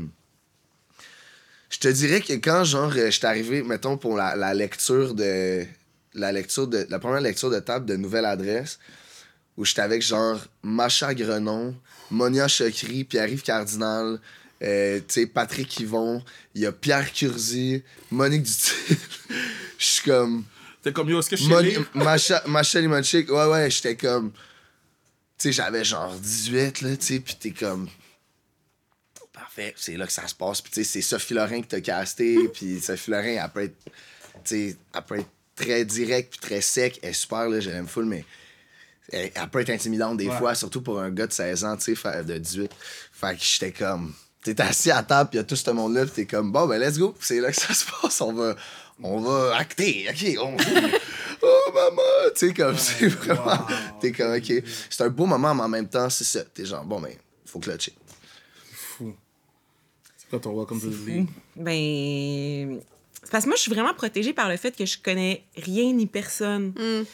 C: je te dirais que quand, genre, euh, je suis arrivé, mettons, pour la, la lecture de. La lecture de. La première lecture de table de Nouvelle Adresse, où j'étais avec, genre, Macha Grenon, Monia Chokri, Pierre-Yves Cardinal, euh, tu sais, Patrick Yvon, il y a Pierre Curzi, Monique Dutil. Je suis comme.
B: T'es comme, yo, est-ce que je suis
C: Moni-
B: libre?
C: Macha Macha Limonchik, ouais, ouais, j'étais comme. Tu sais, j'avais genre 18, là, tu sais, pis t'es comme. Parfait, c'est là que ça se passe. Puis, tu sais, c'est Sophie Lorrain qui t'a casté. Puis, Sophie Lorrain, elle peut être, tu sais, elle peut être très directe, puis très sec. Elle est super, là, je l'aime full, mais elle, elle peut être intimidante des
B: Ouais.
C: fois, surtout pour un gars de 16 ans, tu sais, fa- de 18. Fait que j'étais comme. T'es assis à table, puis il y a tout ce monde-là, puis t'es comme, bon, ben, let's go. Puis c'est là que ça se passe. On va, on va acter. OK, on. oh, maman! Tu sais, comme, c'est vraiment.
B: wow.
C: T'es comme, OK. C'est un beau moment, mais en même temps, c'est ça. T'es genre, bon, ben, faut clutcher.
B: C'est quoi ton welcome to the league?
A: Ben. c'est parce que moi, je suis vraiment protégée par le fait que je connais rien ni personne.
D: Mm.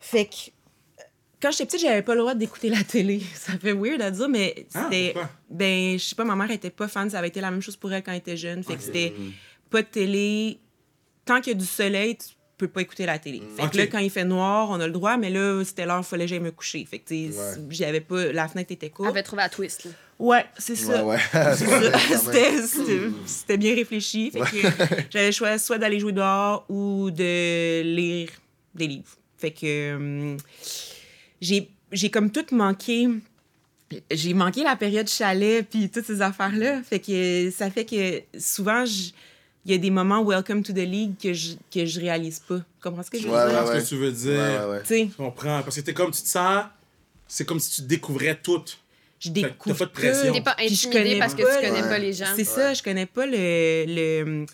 A: Fait que. euh, Quand j'étais petite, j'avais pas le droit d'écouter la télé. Ça fait weird à dire, mais
B: Ah,
A: c'était.
B: pourquoi?
A: ben, je sais pas, ma mère était pas fan. Ça avait été la même chose pour elle quand elle était jeune. Fait que c'était pas de télé. Tant qu'il y a du soleil, tu peux pas écouter la télé. Fait
B: Ok.
A: que là, quand il fait noir, on a le droit, mais là, c'était l'heure, fallait que j'aille me coucher. Fait que, tu sais, j'avais pas. La fenêtre était courte.
D: Avait trouvé la twist, là.
A: Ouais, c'est
C: Ouais,
A: ça.
C: ouais.
A: C'était- C'était c'était bien réfléchi. Fait que j'avais le choix soit d'aller jouer dehors ou de lire des livres. Fait que hum, j'ai j'ai comme tout manqué. J'ai manqué la période chalet puis toutes ces affaires-là. Fait que ça fait que souvent, je- il y a des moments Welcome to the League que je, que je réalise pas. Tu comprends ce que je veux
C: Ouais,
A: dire?
B: Parce que tu veux
C: Ouais,
B: dire.
C: ouais, ouais.
A: Tu sais,
B: Je comprends. Parce que t'es comme, tu te sens. C'est comme si tu découvrais tout.
A: je
B: que t'as
A: découvre.
B: pas de pression.
A: tout,
D: T'es pas
A: puis je
D: intimidé
A: connais
D: parce que
A: pas
D: tu connais
C: le-
D: pas les gens.
A: C'est ça, je connais pas le. le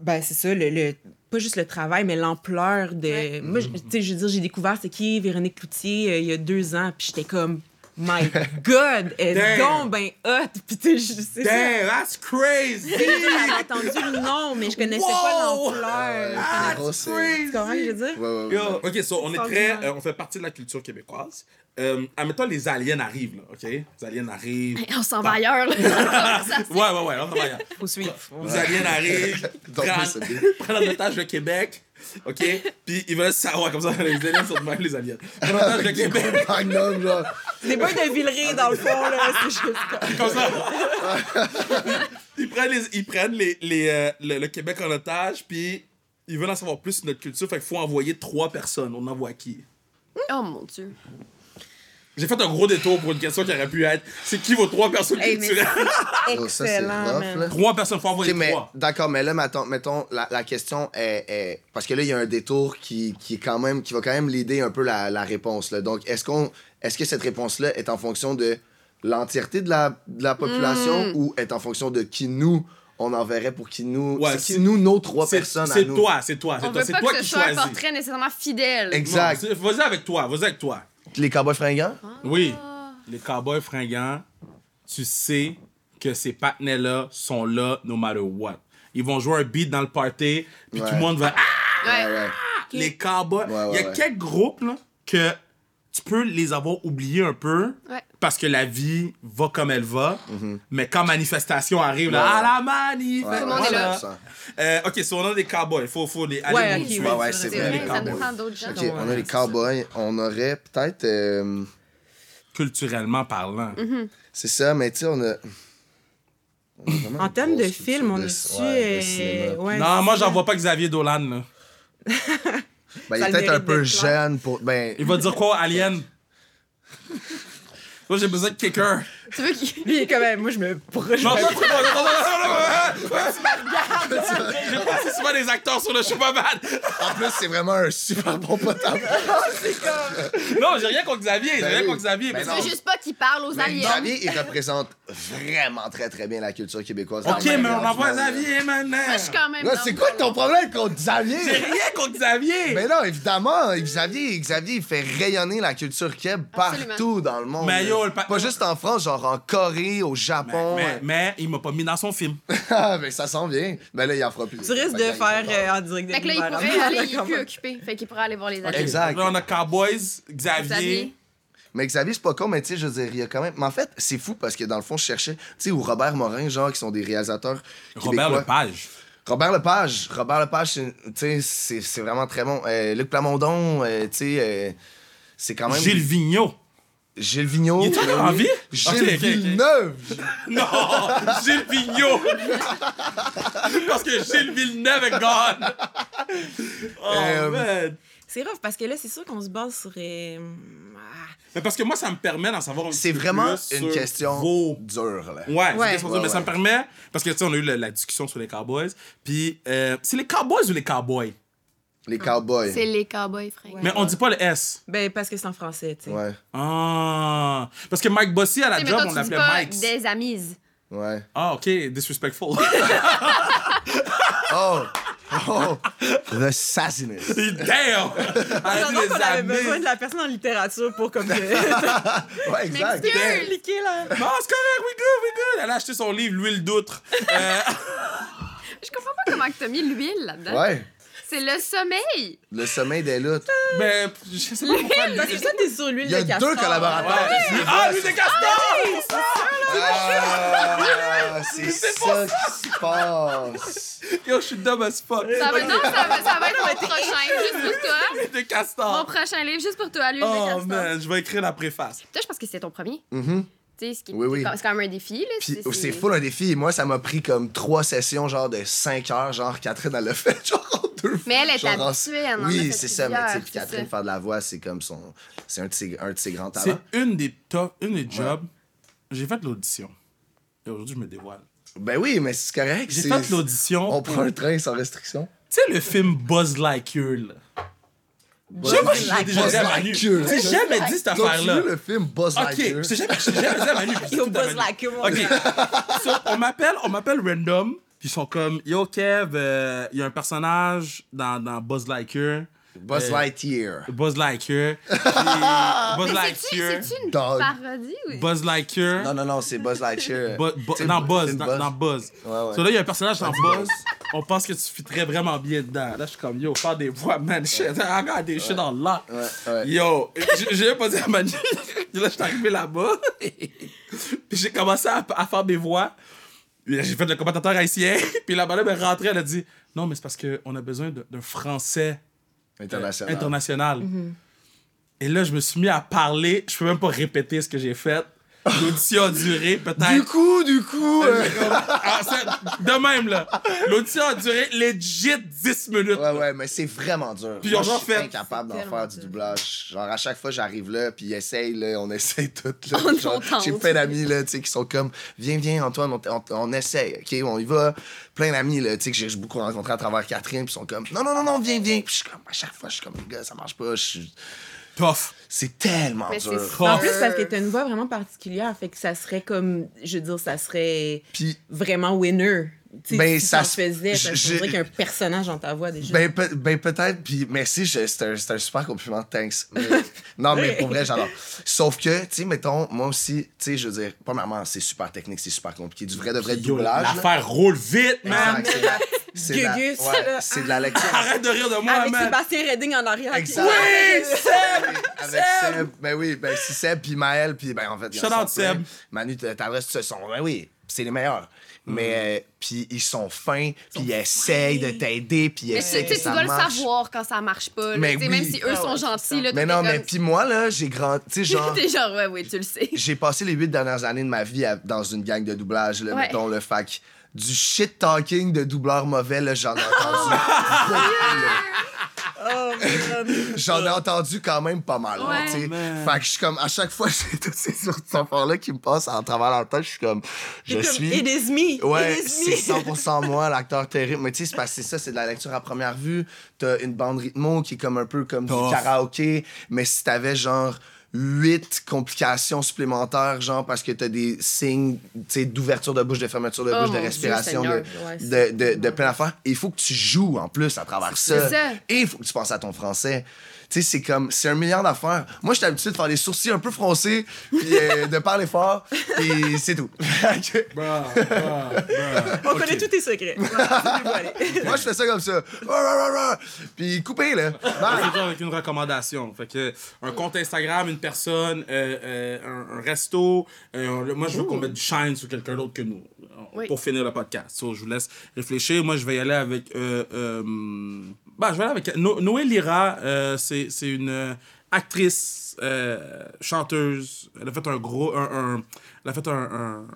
A: ben, c'est ça, le, le- pas juste le travail, mais l'ampleur de.
D: Ouais.
A: Moi, je- tu sais, je veux dire, j'ai découvert c'est qui Véronique Cloutier euh, il y a deux ans, puis j'étais comme, My God, elle est
B: Damn.
A: donc ben hot, puis tu sais, je- c'est ça.
B: Damn, that's crazy!
A: J'avais entendu le nom, mais je connaissais pas
B: Wow.
A: l'ampleur.
C: Ah,
B: That's
C: gros, c'est-
A: Tu comprends ce que je veux dire?
C: Ouais, ouais, ouais.
B: Yo, ok, so on est
A: Extraordinaire.
B: très. euh, on fait partie de la culture québécoise. Euh, admettons, les aliens arrivent, là, ok? Les aliens arrivent.
D: On s'en va ailleurs, là. Ça,
B: Ouais, ouais, ouais, on travaille.
A: Faut suivre.
B: Les aliens arrivent,
C: Don't miss a beat.
B: prennent, prennent en otage le Québec, ok? Puis ils veulent savoir, comme ça, les aliens sont de même, les aliens. Prennent en
C: Ah,
B: otage le Québec.
C: Magnum, genre.
A: C'est pas de Villeray, dans le fond, là. C'est juste comme-
B: Comme ça. ils prennent, les, ils prennent les, les, euh, le, le Québec en otage, puis ils veulent en savoir plus sur notre culture. Fait qu'il faut envoyer trois personnes. On envoie qui?
D: Oh mon dieu.
B: J'ai fait un gros détour pour une question qui aurait pu être c'est qui vos trois personnes
A: Hey, mais-
B: culturelles?
C: Yo, Oh, ça, c'est
A: Excellent,
C: rough,
A: man.
C: là.
B: Trois personnes, faut
C: Ok,
B: envoyer
C: mais
B: trois.
C: d'accord, mais là, mettons, mettons, la, la question est, est- Parce que là, il y a un détour qui, qui, est quand même, qui va quand même l'aider un peu la, la réponse. Là. Donc, est-ce qu'on est-ce que cette réponse-là est en fonction de l'entièreté de la, de la population
D: Hmm.
C: ou est en fonction de qui nous, on enverrait pour qui nous.
B: Ouais,
C: c'est qui
B: c'est-
C: nous, nos trois
B: C'est
C: personnes à
B: c'est
C: nous.
B: toi, c'est toi,
D: On
B: c'est
D: veut
B: toi, c'est
D: pas
B: toi
D: que ce
B: qui
D: soit un
B: choisis.
D: portrait nécessairement fidèle.
C: Exact.
B: Non, c'est- Vas-y avec toi, vas-y avec toi.
C: Les cowboys fringants?
D: Ah.
B: Oui,
A: Ah.
B: les cowboys fringants, tu sais que ces partenaires-là sont là no matter what. Ils vont jouer un beat dans le party, puis
C: Ouais.
B: tout le monde va. Ah!
D: Ouais.
C: ouais.
B: Les cowboys.
C: Ouais, ouais,
B: Il y a
C: ouais.
B: quelques groupes là, que tu peux les avoir oubliés un peu.
D: Ouais.
B: Parce que la vie va comme elle va. Mais quand manifestation arrive, là,
C: Mhm. Ouais, ouais.
B: à la manifestation.
D: le monde est là.
B: ok, so on a des cowboys. Il faut, faut les aller
A: Ouais,
B: les
A: ok,
B: tuer.
C: Ouais, ouais, c'est
D: C'est
C: vrai.
D: vrai,
C: les
D: ça
C: cowboys.
D: dépend d'autres gens.
C: Ok,
A: Ouais,
C: on a les
A: c'est ça.
C: cowboys. On aurait peut-être. euh,
A: Mhm.
B: Culturellement parlant.
C: C'est ça, mais tu sais, on a. On a vraiment
A: En
C: une
A: termes de
C: grosse culture
A: film, on
C: de-
A: a su.
C: ouais,
A: euh,
C: de cinéma.
A: ouais,
B: non, moi,
A: c'est
B: j'en
A: ça.
B: vois pas Xavier Dolan. là.
C: Ben, il
A: Ça le
C: est peut-être un
A: mérite
C: peu
A: d'être là.
C: jeune pour. Ben,
B: Il va dire quoi, Alien? Moi, j'ai besoin de quelqu'un.
D: Tu veux qu'il.
A: Lui, il est quand même. Moi, je me. pourrais- je
B: Non,
A: me-
B: non, non, non, non, non, non, non, non, non. J'ai passé souvent des acteurs sur le show pas mal.
C: en plus, c'est vraiment un super bon potable.
B: Non, j'ai rien contre Xavier. J'ai
C: Ben
B: rien
C: oui.
B: contre Xavier.
C: Ben
B: mais
D: Tu veux
C: non.
D: juste pas qu'il parle aux
C: Mais bah,
D: aliens.
C: Ben, Xavier, il représente vraiment très très bien la culture québécoise. Ben,
B: c'est- Ok,
C: Dans la
B: mais on
C: manière
B: envoie
C: du monde,
B: Xavier maintenant.
D: Moi, je suis quand même.
C: Là,
D: dans
C: ben. c'est
D: le
C: quoi
D: bon.
C: ton problème contre
B: J'ai
C: Xavier?
B: rien contre Xavier.
C: Mais non, évidemment, Xavier, Xavier, il fait rayonner la culture keb
D: Absolument.
C: partout dans le monde.
B: Mais
C: là.
B: yo, le pa-
C: Pas juste en France, genre en Corée, au Japon.
B: Mais, mais il m'a pas mis dans son film.
C: Ah, mais ça s'en vient. Mais là, il en fera plus.
A: Tu risques de
C: Fait que là, il
A: faire euh, en direct de
D: Fait que là, il
A: l'hiver, hein.
D: pourrait aller, il est
A: Comme-
D: plus occupé. Fait qu'il pourrait aller voir les aliens.
C: Exact.
B: Donc Là, on a Cowboys, Xavier.
D: Xavier.
C: Mais Xavier, c'est pas con, mais tu sais, je veux dire, il y a quand même. Mais en fait, c'est fou parce que dans le fond, je cherchais, tu sais, ou Robert Morin, genre, qui sont des réalisateurs.
B: Robert
C: québécois.
B: Lepage.
C: Robert Lepage. Robert Lepage, c'est- tu sais, c'est c'est vraiment très bon. Euh, Luc Plamondon, euh, tu sais, euh, c'est quand même.
B: Gilles Vigneault.
C: Gilles Vigneault. Euh,
B: Il est toujours en vie?
C: Gilles
B: Ok, ok, ok.
C: Villeneuve.
B: Non, Gilles Vigneault. Parce que Gilles Villeneuve est gone. Oh,
C: Euh,
B: man.
A: C'est rough parce que là, c'est sûr qu'on se base sur. euh, ah,
B: Mais parce que moi, ça me permet d'en savoir un petit
C: C'est
B: peu
C: vraiment
B: plus
C: une
B: sur
C: question
B: vos
C: dure, là.
B: Ouais, c'est
A: Ouais.
B: des choses,
C: Ouais,
B: mais ça
C: ouais.
B: me permet. Parce que, tu sais, on a eu la, la discussion sur les Cowboys. Puis, euh, c'est les Cowboys ou les Cowboys?
C: Les cowboys.
D: C'est les cowboys, frère.
A: Ouais.
B: Mais on dit pas le S.
A: Ben, parce que c'est en français, tu sais.
C: Ouais,
B: Ah! Parce que Mike Bossy, à la
D: Tu sais, mais
B: job,
D: toi,
B: on
D: tu dis
B: l'appelait
D: pas
B: Mike.
D: des amis.
C: ouais.
B: Ah, OK, disrespectful.
C: Oh! Oh! The sassiness.
B: Damn!
A: J'adore
B: Avec
A: qu'on
B: les
A: avait besoin de
B: amis.
A: la personne en littérature pour comme que-
C: Ouais, exact.
D: M'excuse.
A: expliquer là.
B: Non, Ah, c'est correct, we good, we good. Elle a acheté son livre, L'huile d'outre. Euh,
D: Je comprends pas comment que t'as mis l'huile là-dedans.
C: Ouais.
D: C'est le sommeil.
C: Le sommeil des luttes.
B: ben, je sais pas pourquoi.
A: Parce que ça, t'es sur l'huile
C: Il
A: de
C: y a
A: castor.
C: deux collaborateurs.
B: Ah, lui, c'est Gaston!
C: Ah, c'est
B: C'est
C: ça qui se passe.
B: Yo, je suis dumb as fuck.
D: Ah! Ça va, non, ça va, ça va être mon prochain, juste pour toi.
B: Lui, c'est
D: Mon
B: Castor.
D: prochain livre, juste pour toi, l'huile de
B: Oh,
D: castor.
B: man, je vais écrire la préface.
D: Toi, je pense que c'est ton premier.
C: Mhm.
D: Tu sais, ce qui
C: Oui, oui.
D: Mm-hmm. c'est quand même un défi, là.
C: Puis oh, c'est full un défi. Moi, ça m'a pris comme trois sessions, genre de 5 heures, genre Catherine, elle l'a fait, genre en deux
D: Mais elle est
C: Genre en-
D: habituée, elle en a
C: Oui,
D: fait
C: c'est ça, mais tu sais,
D: plusieurs,
C: puis
D: c'est
C: Catherine,
D: ça.
C: faire de la voix, c'est comme son. C'est un, de ses- un de ses grands
B: C'est
C: talents.
B: une des top, une des jobs. J'ai fait l'audition. Et aujourd'hui, je me dévoile.
C: Ben oui, mais c'est correct.
B: J'ai
C: c'est-
B: fait l'audition.
C: On
B: pour-
C: prend un train sans restriction.
B: Tu sais, le film Buzz Like You, là. Je sais pas si j'ai déjà
C: Buzz
B: dit à
C: Like
B: Manu.
C: You.
B: Tu sais, jamais dit cette
C: T'as-tu
B: affaire-là.
C: vu le film Buzz
B: Ok,
C: Lightyear?
B: je sais jamais, j'ai jamais dit à Manu. puis c'est
A: Yo,
B: tout à
A: Buzz
B: Manu.
A: Lightyear, mon
B: Ok. So, on m'appelle, on m'appelle random. Puis ils sont comme, yo Kev, euh, il y a un personnage dans, dans Buzz Lightyear.
C: Buzz
B: Euh,
C: Lightyear.
B: Buzz Lightyear. puis Buzz
D: Mais c'est-tu
B: Lightyear.
D: c'est-tu une
C: Dog.
D: parodie ou.
B: Buzz Lightyear.
C: Non, non, non, c'est Buzz Lightyear.
B: Bu- bu-
C: Tu sais,
B: dans Buzz,
C: c'est une
B: dans, dans Buzz.
C: Ouais, ouais.
B: So là, il y a un personnage dans Buzz. On pense que tu fitterais vraiment bien dedans. Là, je suis comme, yo, faire des voix, man. Shit, I got des shit dans lot.
C: Ouais, ouais.
B: Yo, j- j'ai pas dit à Manu. là, je suis arrivé là-bas. Puis j'ai commencé à, à faire des voix. Puis là, J'ai fait le commentateur haïtien. Puis la madame est rentrée, elle a dit, non, mais c'est parce qu'on a besoin de- d'un français
C: euh, International.
B: international. Et là, je me suis mis à parler. Je peux même pas répéter ce que j'ai fait. L'audition a duré
C: Du
B: peut-être.
C: coup, du coup. euh,
B: Ah, c'est- de même, là. L'audition a duré legit 10 minutes.
C: Ouais, ouais, mais c'est vraiment dur.
B: Puis
C: Moi,
B: on
C: je
B: en
C: suis
B: fait.
C: incapable d'en
A: C'est
C: faire
A: tellement
C: du
A: dur.
C: doublage. Genre, à chaque fois, j'arrive là, puis ils essayent, là, on essaye tout. Là,
D: On
C: Genre,
D: tente.
C: J'ai plein d'amis, là, tu sais, qui sont comme, viens, viens, Antoine, on, t- on, on essaye, OK, on y va. Plein d'amis, là, tu sais, que j'ai beaucoup rencontré à travers Catherine, puis ils sont comme, non, non, non, non, viens, viens. Puis je suis comme, à chaque fois, je suis comme, les gars, ça marche pas. je suis-
B: Tough.
C: C'est tellement
D: Mais c'est
C: dur.
D: fou.
A: En
B: Tough.
A: plus, parce que t'as une voix vraiment particulière, fait que ça serait comme, je veux dire, ça serait
C: Puis,
A: vraiment winner. Tu sais,
C: Ben,
A: si
C: ça
A: t'en
C: se-
A: faisais, parce que
C: je-
A: je dirais qu'il y a un personnage dans ta voix déjà.
C: ben, peut- ben, peut-être, puis merci, je- c'est un, c'est un super compliment, thanks. Mais- non, mais pour vrai, j'adore. Sauf que, tu sais, mettons, moi aussi, tu sais, je veux dire, premièrement, c'est super technique, c'est super compliqué. Du vrai de vrai
B: Yo,
C: doublage. là,
B: l'affaire roule vite, man.
C: Exact, c'est de la- c'est de la-
A: Gugus,
C: ouais,
A: là.
C: c'est de la lecture.
B: Arrête de rire de moi,
A: Avec
B: man.
A: Sébastien Redding en arrière.
C: Exact.
B: Oui, Seb!
C: Avec Seb, ben oui, ben si Seb puis Maël puis ben en fait. ils en
B: Shout out
C: sont plein.
B: Seb.
C: Manu, t- t'adresses ce son, ben oui. c'est les meilleurs. Mais euh, puis ils sont fins, puis ils essayent de
A: fins.
C: t'aider, puis ils
D: Mais
C: essayent
D: tu, tu
C: que
D: sais, tu
C: ça
D: dois le
C: marche.
D: savoir quand ça marche pas. là.
C: Mais
D: Tu sais,
C: oui.
D: Même si eux
A: Ah ouais,
D: sont
A: tu
D: gentils,
A: sens.
D: là,
C: Mais
D: t'es
C: non,
D: comme-
C: mais puis moi là, j'ai grandi, tu sais genre
D: T'es genre, ouais, ouais, tu le sais.
C: j'ai passé les huit dernières années de ma vie à- dans une gang de doublage, là,
D: Ouais.
C: mettons le fac. Du shit talking de doubleurs mauvais, là, j'en ai entendu.
A: Oh, man.
C: j'en ai entendu quand même pas mal. là,
D: Ouais.
C: tu sais.
B: Man.
C: fait que je suis comme, à chaque fois, j'ai toutes ces autres affaires-là qui me passent en travers la tête. Je suis comme, je
A: T'es comme,
C: suis.
A: It is me.
C: Ouais,
A: It is
C: c'est
A: me.
C: 100% moi, l'acteur terrible. Mais tu sais, c'est parce que c'est ça, c'est de la lecture à première vue. T'as une bande rythmo qui est comme un peu comme
B: Tough.
C: du karaoké, mais si t'avais genre huit complications supplémentaires, genre parce que t'as des signes tu sais, d'ouverture de bouche, de fermeture de
D: Oh
C: bouche,
D: mon
C: de
D: Dieu,
C: respiration, de,
D: Seigneur.
A: Ouais,
C: de,
A: c'est-
C: de, de plein d'affaires. Et Il faut que tu joues en plus à travers ça.
D: C'est ça.
C: Et il faut que tu penses à ton français. Tu sais, c'est comme, c'est un milliard d'affaires. Moi, j'étais habitué de faire des sourcils un peu froncés, puis euh, de parler fort, et c'est tout.
B: Bro, bro, bro.
A: On
B: Ok.
A: connaît tous tes secrets. Voilà, c'est dévoilé.
C: Moi, je fais ça comme ça. Ra, ra, ra, ra. Puis coupé, là.
B: Ah,
C: Bye.
B: c'est genre avec une recommandation. Fait que un compte Instagram, une personne, euh, euh, un, un resto. euh, on- moi, je veux qu'on mette du shine sur quelqu'un d'autre que nous on-
D: Oui.
B: pour finir le podcast. So, je vous laisse réfléchir. Moi, je vais y aller avec. Euh, euh, bah, je vais aller avec No- Noé Lira. euh, c'est c'est une actrice, euh, chanteuse. Elle a fait un gros. un- un- elle a fait un, un-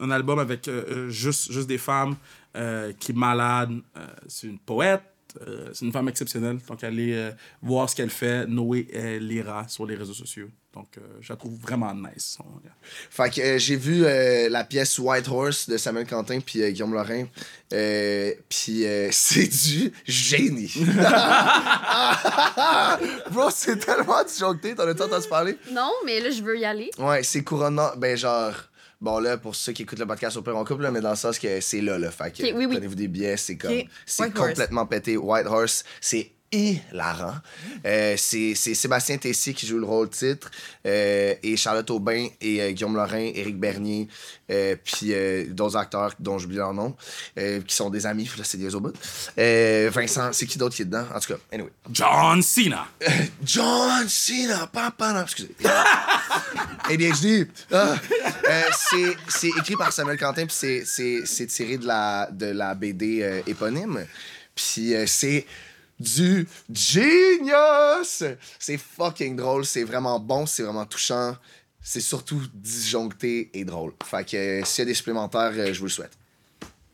B: un album avec euh, euh, juste, juste des femmes euh, qui est malade. Euh, c'est une poète. Euh, c'est une femme exceptionnelle. Donc, allez euh, voir ce qu'elle fait, Noé euh, Lira, sur les réseaux sociaux. Donc, euh, je la trouve vraiment nice. On-
C: Fait que euh, j'ai vu euh, la pièce White Horse de Samuel Quentin puis euh, Guillaume Lorrain. Euh, puis euh, c'est du génie. Ah, Bro, c'est tellement disjoncté. T'en as entendu parler?
D: Non, mais là, je veux y aller.
C: Ouais, c'est couronnant. Ben, genre. Bon, là, pour ceux qui écoutent le podcast au père en couple, là, mais dans le sens que c'est là, là. Fait que
D: Ok, oui, oui.
C: prenez-vous des billets, c'est comme.
A: Ok,
C: C'est
A: White Horse.
C: complètement pété. White Horse, c'est hilarant. Euh, c'est c'est Sébastien Tessier qui joue le rôle titre, euh, et Charlotte Aubin, et euh, Guillaume Lorrain, Éric Bernier, euh, puis euh, d'autres acteurs dont j'oublie leur nom, euh, qui sont des amis, puis là, c'est des au bout. Euh, Vincent, c'est qui d'autre qui est dedans? En tout cas, anyway.
B: John Cena.
C: Eh, John Cena, papa, non, excusez. Eh ADHD. Ah. Euh, c'est- c'est écrit par Samuel Quentin, puis c'est- c'est c'est tiré de la, de la BD euh, éponyme. Puis euh, c'est du genius! C'est fucking drôle, c'est vraiment bon, c'est vraiment touchant. C'est surtout disjoncté et drôle. Fait que euh, s'il y a des supplémentaires, euh, je vous le souhaite.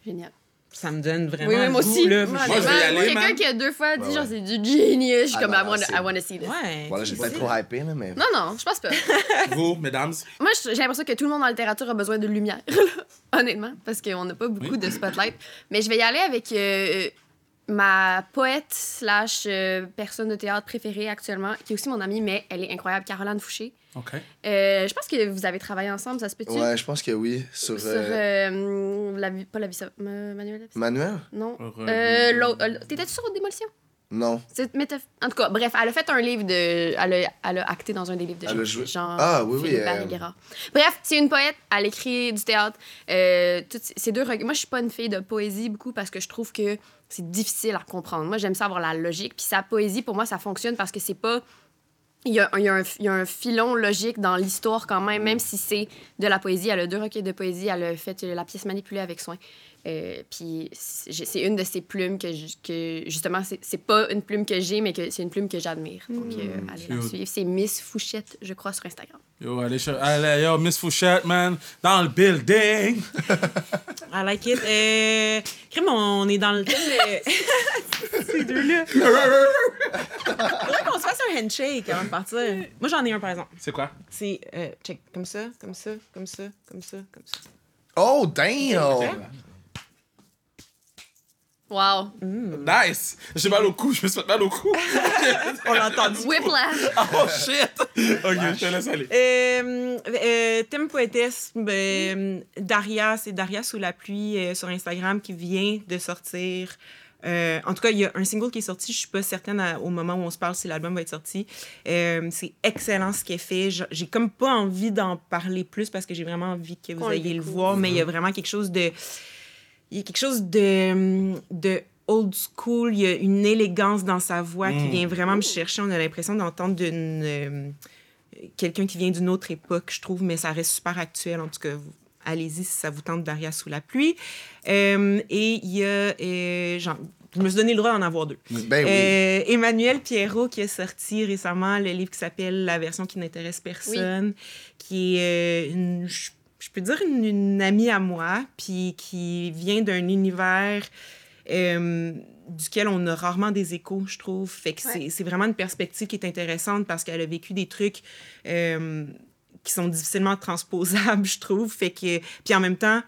D: Génial.
A: Ça me donne vraiment.
D: Oui, oui,
A: le
D: moi
A: goût,
D: aussi.
A: là.
D: Moi,
B: Moi, je vais y
D: honnêtement,
B: aller,
D: Quelqu'un
B: man.
D: qui a deux fois dit,
C: Ouais,
D: genre,
C: ouais.
D: c'est du génius. Je suis
C: Ah,
D: comme,
C: non,
D: I
C: non,
D: wanna,
C: c'est-
D: I wanna see this.
A: Ouais.
C: Voilà, j'ai
A: tu
C: pas
A: sais.
C: trop hypé, là, mais.
D: Non, non, je pense pas.
B: Vous, mesdames.
D: Moi, je- j'ai l'impression que tout le monde en littérature a besoin de lumière, honnêtement, parce qu'on n'a pas beaucoup
B: Oui.
D: de spotlight. Mais je vais y aller avec euh, ma poète slash euh, personne de théâtre préférée actuellement, qui est aussi mon amie, mais elle est incroyable, Caroline Fouché.
B: OK.
D: Euh, je pense que vous avez travaillé ensemble, ça se peut-tu?
C: Ouais, je pense que oui. Sur,
D: Sur,
C: euh,
D: euh, la vie- pas la vie sauve- euh, Manuel la vie sauve-
C: Manuel?
D: Non.
B: Sur, euh,
D: Euh, l'autre- euh, T'étais-tu sur Démolition?
C: Non.
D: C'est- mais t'as- En tout cas, bref, elle a fait un livre de. Elle a, elle a acté dans un des livres de
C: Elle a
D: Jean-
C: joué.
D: Jean.
C: Ah, oui, oui,
D: Philippe
C: euh,
D: Barré-Guerrard. Bref, c'est une poète, elle écrit du théâtre. euh, toutes ces deux. reg- Moi, je suis pas une fille de poésie beaucoup parce que je trouve que c'est difficile à comprendre. Moi, j'aime ça avoir la logique. Puis sa poésie, pour moi, ça fonctionne parce que c'est pas. Il y, a, un- il y a un, il y a un filon logique dans l'histoire quand même, même si c'est de la poésie. Elle a deux recueils de poésie, elle a fait euh, la pièce manipulée avec soin. Euh, puis c'est c'est une de ces plumes que, je- que justement, c'est c'est pas une plume que j'ai, mais que c'est une plume que j'admire. Donc,
A: Mm.
D: euh, allez la
B: Cute.
D: suivre. C'est Miss Fouchette, je crois, sur Instagram.
B: Yo, allez, che- allez, yo, Miss Fouchette, man, dans le building.
A: I like it. Euh, crème, on est dans le thème de... Ces deux-là. Faudrait qu'on se fasse un handshake avant de partir. Moi, j'en ai un, par exemple.
B: C'est quoi?
A: C'est, euh, check, comme ça, comme ça, comme ça, comme ça, comme ça.
C: Oh, damn!
D: Wow!
B: Nice. J'ai mal au cou, je me suis fait mal au cou.
A: On l'a entendu.
D: Whiplash!
B: oh, shit. OK, je te laisse aller.
A: Euh, euh, thème poétesse, ben, Daria, c'est Daria sous la pluie euh, sur Instagram qui vient de sortir. Euh, en tout cas, il y a un single qui est sorti. Je suis pas certaine à- au moment où on se parle si l'album va être sorti. Euh, c'est excellent ce qu'elle fait. Je- J'ai comme pas envie d'en parler plus parce que j'ai vraiment envie que vous
D: Qu'on le
A: ayez le
D: découvre.
A: voir, mais il y
B: Mm-hmm.
A: a vraiment quelque chose de il y a quelque chose de, de old school, il y a une élégance dans sa voix qui
B: Mm.
A: vient vraiment me chercher. On a l'impression d'entendre d'une, euh, quelqu'un qui vient d'une autre époque, je trouve, mais ça reste super actuel. En tout cas, vous- Allez-y si ça vous tente Daria sous la pluie. Euh, et il y a. euh, genre, je me suis donné le droit d'en avoir deux.
C: Ben oui.
A: Euh, Emmanuel Pierrot qui a sorti récemment le livre qui s'appelle La version qui n'intéresse personne, qui est euh, une- je je peux dire une, une amie à moi, puis qui vient d'un univers euh, duquel on a rarement des échos, je trouve. Fait que c'est-
D: Ouais.
A: c'est vraiment une perspective qui est intéressante parce qu'elle a vécu des trucs euh, qui sont difficilement transposables, je trouve. Fait que puis en même temps,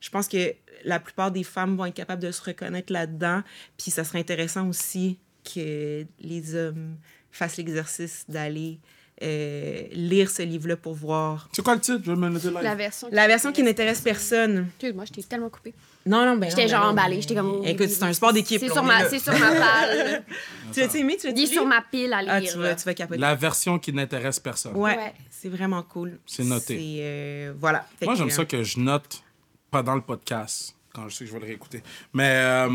A: je pense que la plupart des femmes vont être capables de se reconnaître là-dedans. Puis ça serait intéressant aussi que les hommes fassent l'exercice d'aller euh, lire ce livre-là pour voir.
B: C'est quoi le titre? Je vais me le dire live.
D: La version.
A: La version qui n'intéresse personne.
D: Excuse-moi, je t'ai tellement coupé.
A: Non, non, ben. non,
D: J'étais
A: ben
D: genre
A: non.
D: emballée. J'étais comme. oh,
A: Écoute, c'est un sport d'équipe.
D: C'est
A: là,
D: sur,
A: on est
D: ma,
A: là.
D: c'est sur ma palle.
A: Tu l'as-tu aimé? Tu l'as-tu
D: Il est
A: lu?
D: sur ma pile à lire.
A: Ah, tu vas,
D: là.
A: tu vas capoter.
B: La version qui n'intéresse personne.
A: Ouais,
D: Ouais.
A: c'est vraiment cool.
B: C'est noté.
A: C'est, euh, voilà. Fait
B: Moi,
A: que,
B: j'aime ça que je note pas dans le podcast quand je sais que je vais le réécouter. Mais euh,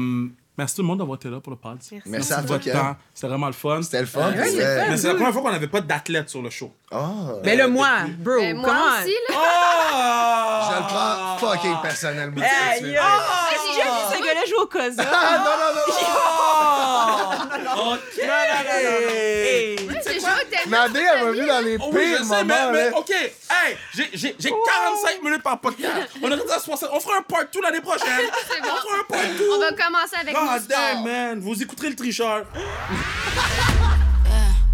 B: merci tout le monde d'avoir été là pour le podcast.
A: Merci.
C: Merci à
B: de
C: toi,
B: votre
C: Kev.
B: temps. C'était vraiment le fun.
C: Ah, C'était le fun.
A: Ouais, c'est
C: c'était-
A: le fun.
B: Mais c'est la première fois qu'on n'avait pas d'athlète sur le show.
C: Ah.
A: Mais là, ben, moi, bro,
D: Mais
A: come
D: Euh, Ben, moi
A: on.
D: aussi, là.
B: Oh!
C: Je le
B: Ah.
C: prends fucking personnellement.
A: Hey,
C: Tu
A: yo!
C: me
A: J'ai
C: fais-
A: Ah, vu ce gars-là jouer au Cosa.
B: OK!
A: Hey.
D: Moi, j'ai joué au tennis.
C: Nadé, elle m'a vu dans les
B: Oh oui,
C: pires
B: je sais, mais,
C: moments.
B: mais
C: là.
B: OK! Hey! J'ai- J'ai j'ai 45 minutes par podcast. On aurait dit à 60. On fera un part 2 l'année prochaine.
D: C'est bon.
B: On fera un part 2.
D: On va commencer avec nos
B: God damn,
D: sports.
B: man! Vous écouterez le tricheur.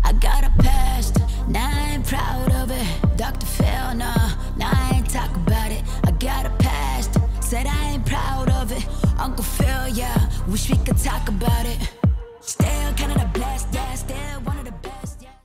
E: I got a past, now I ain't proud of it. Dr. Phil, no, now I ain't talk about it. I got a past, said I ain't proud of it. Uncle Phil, yeah, wish we could talk about it.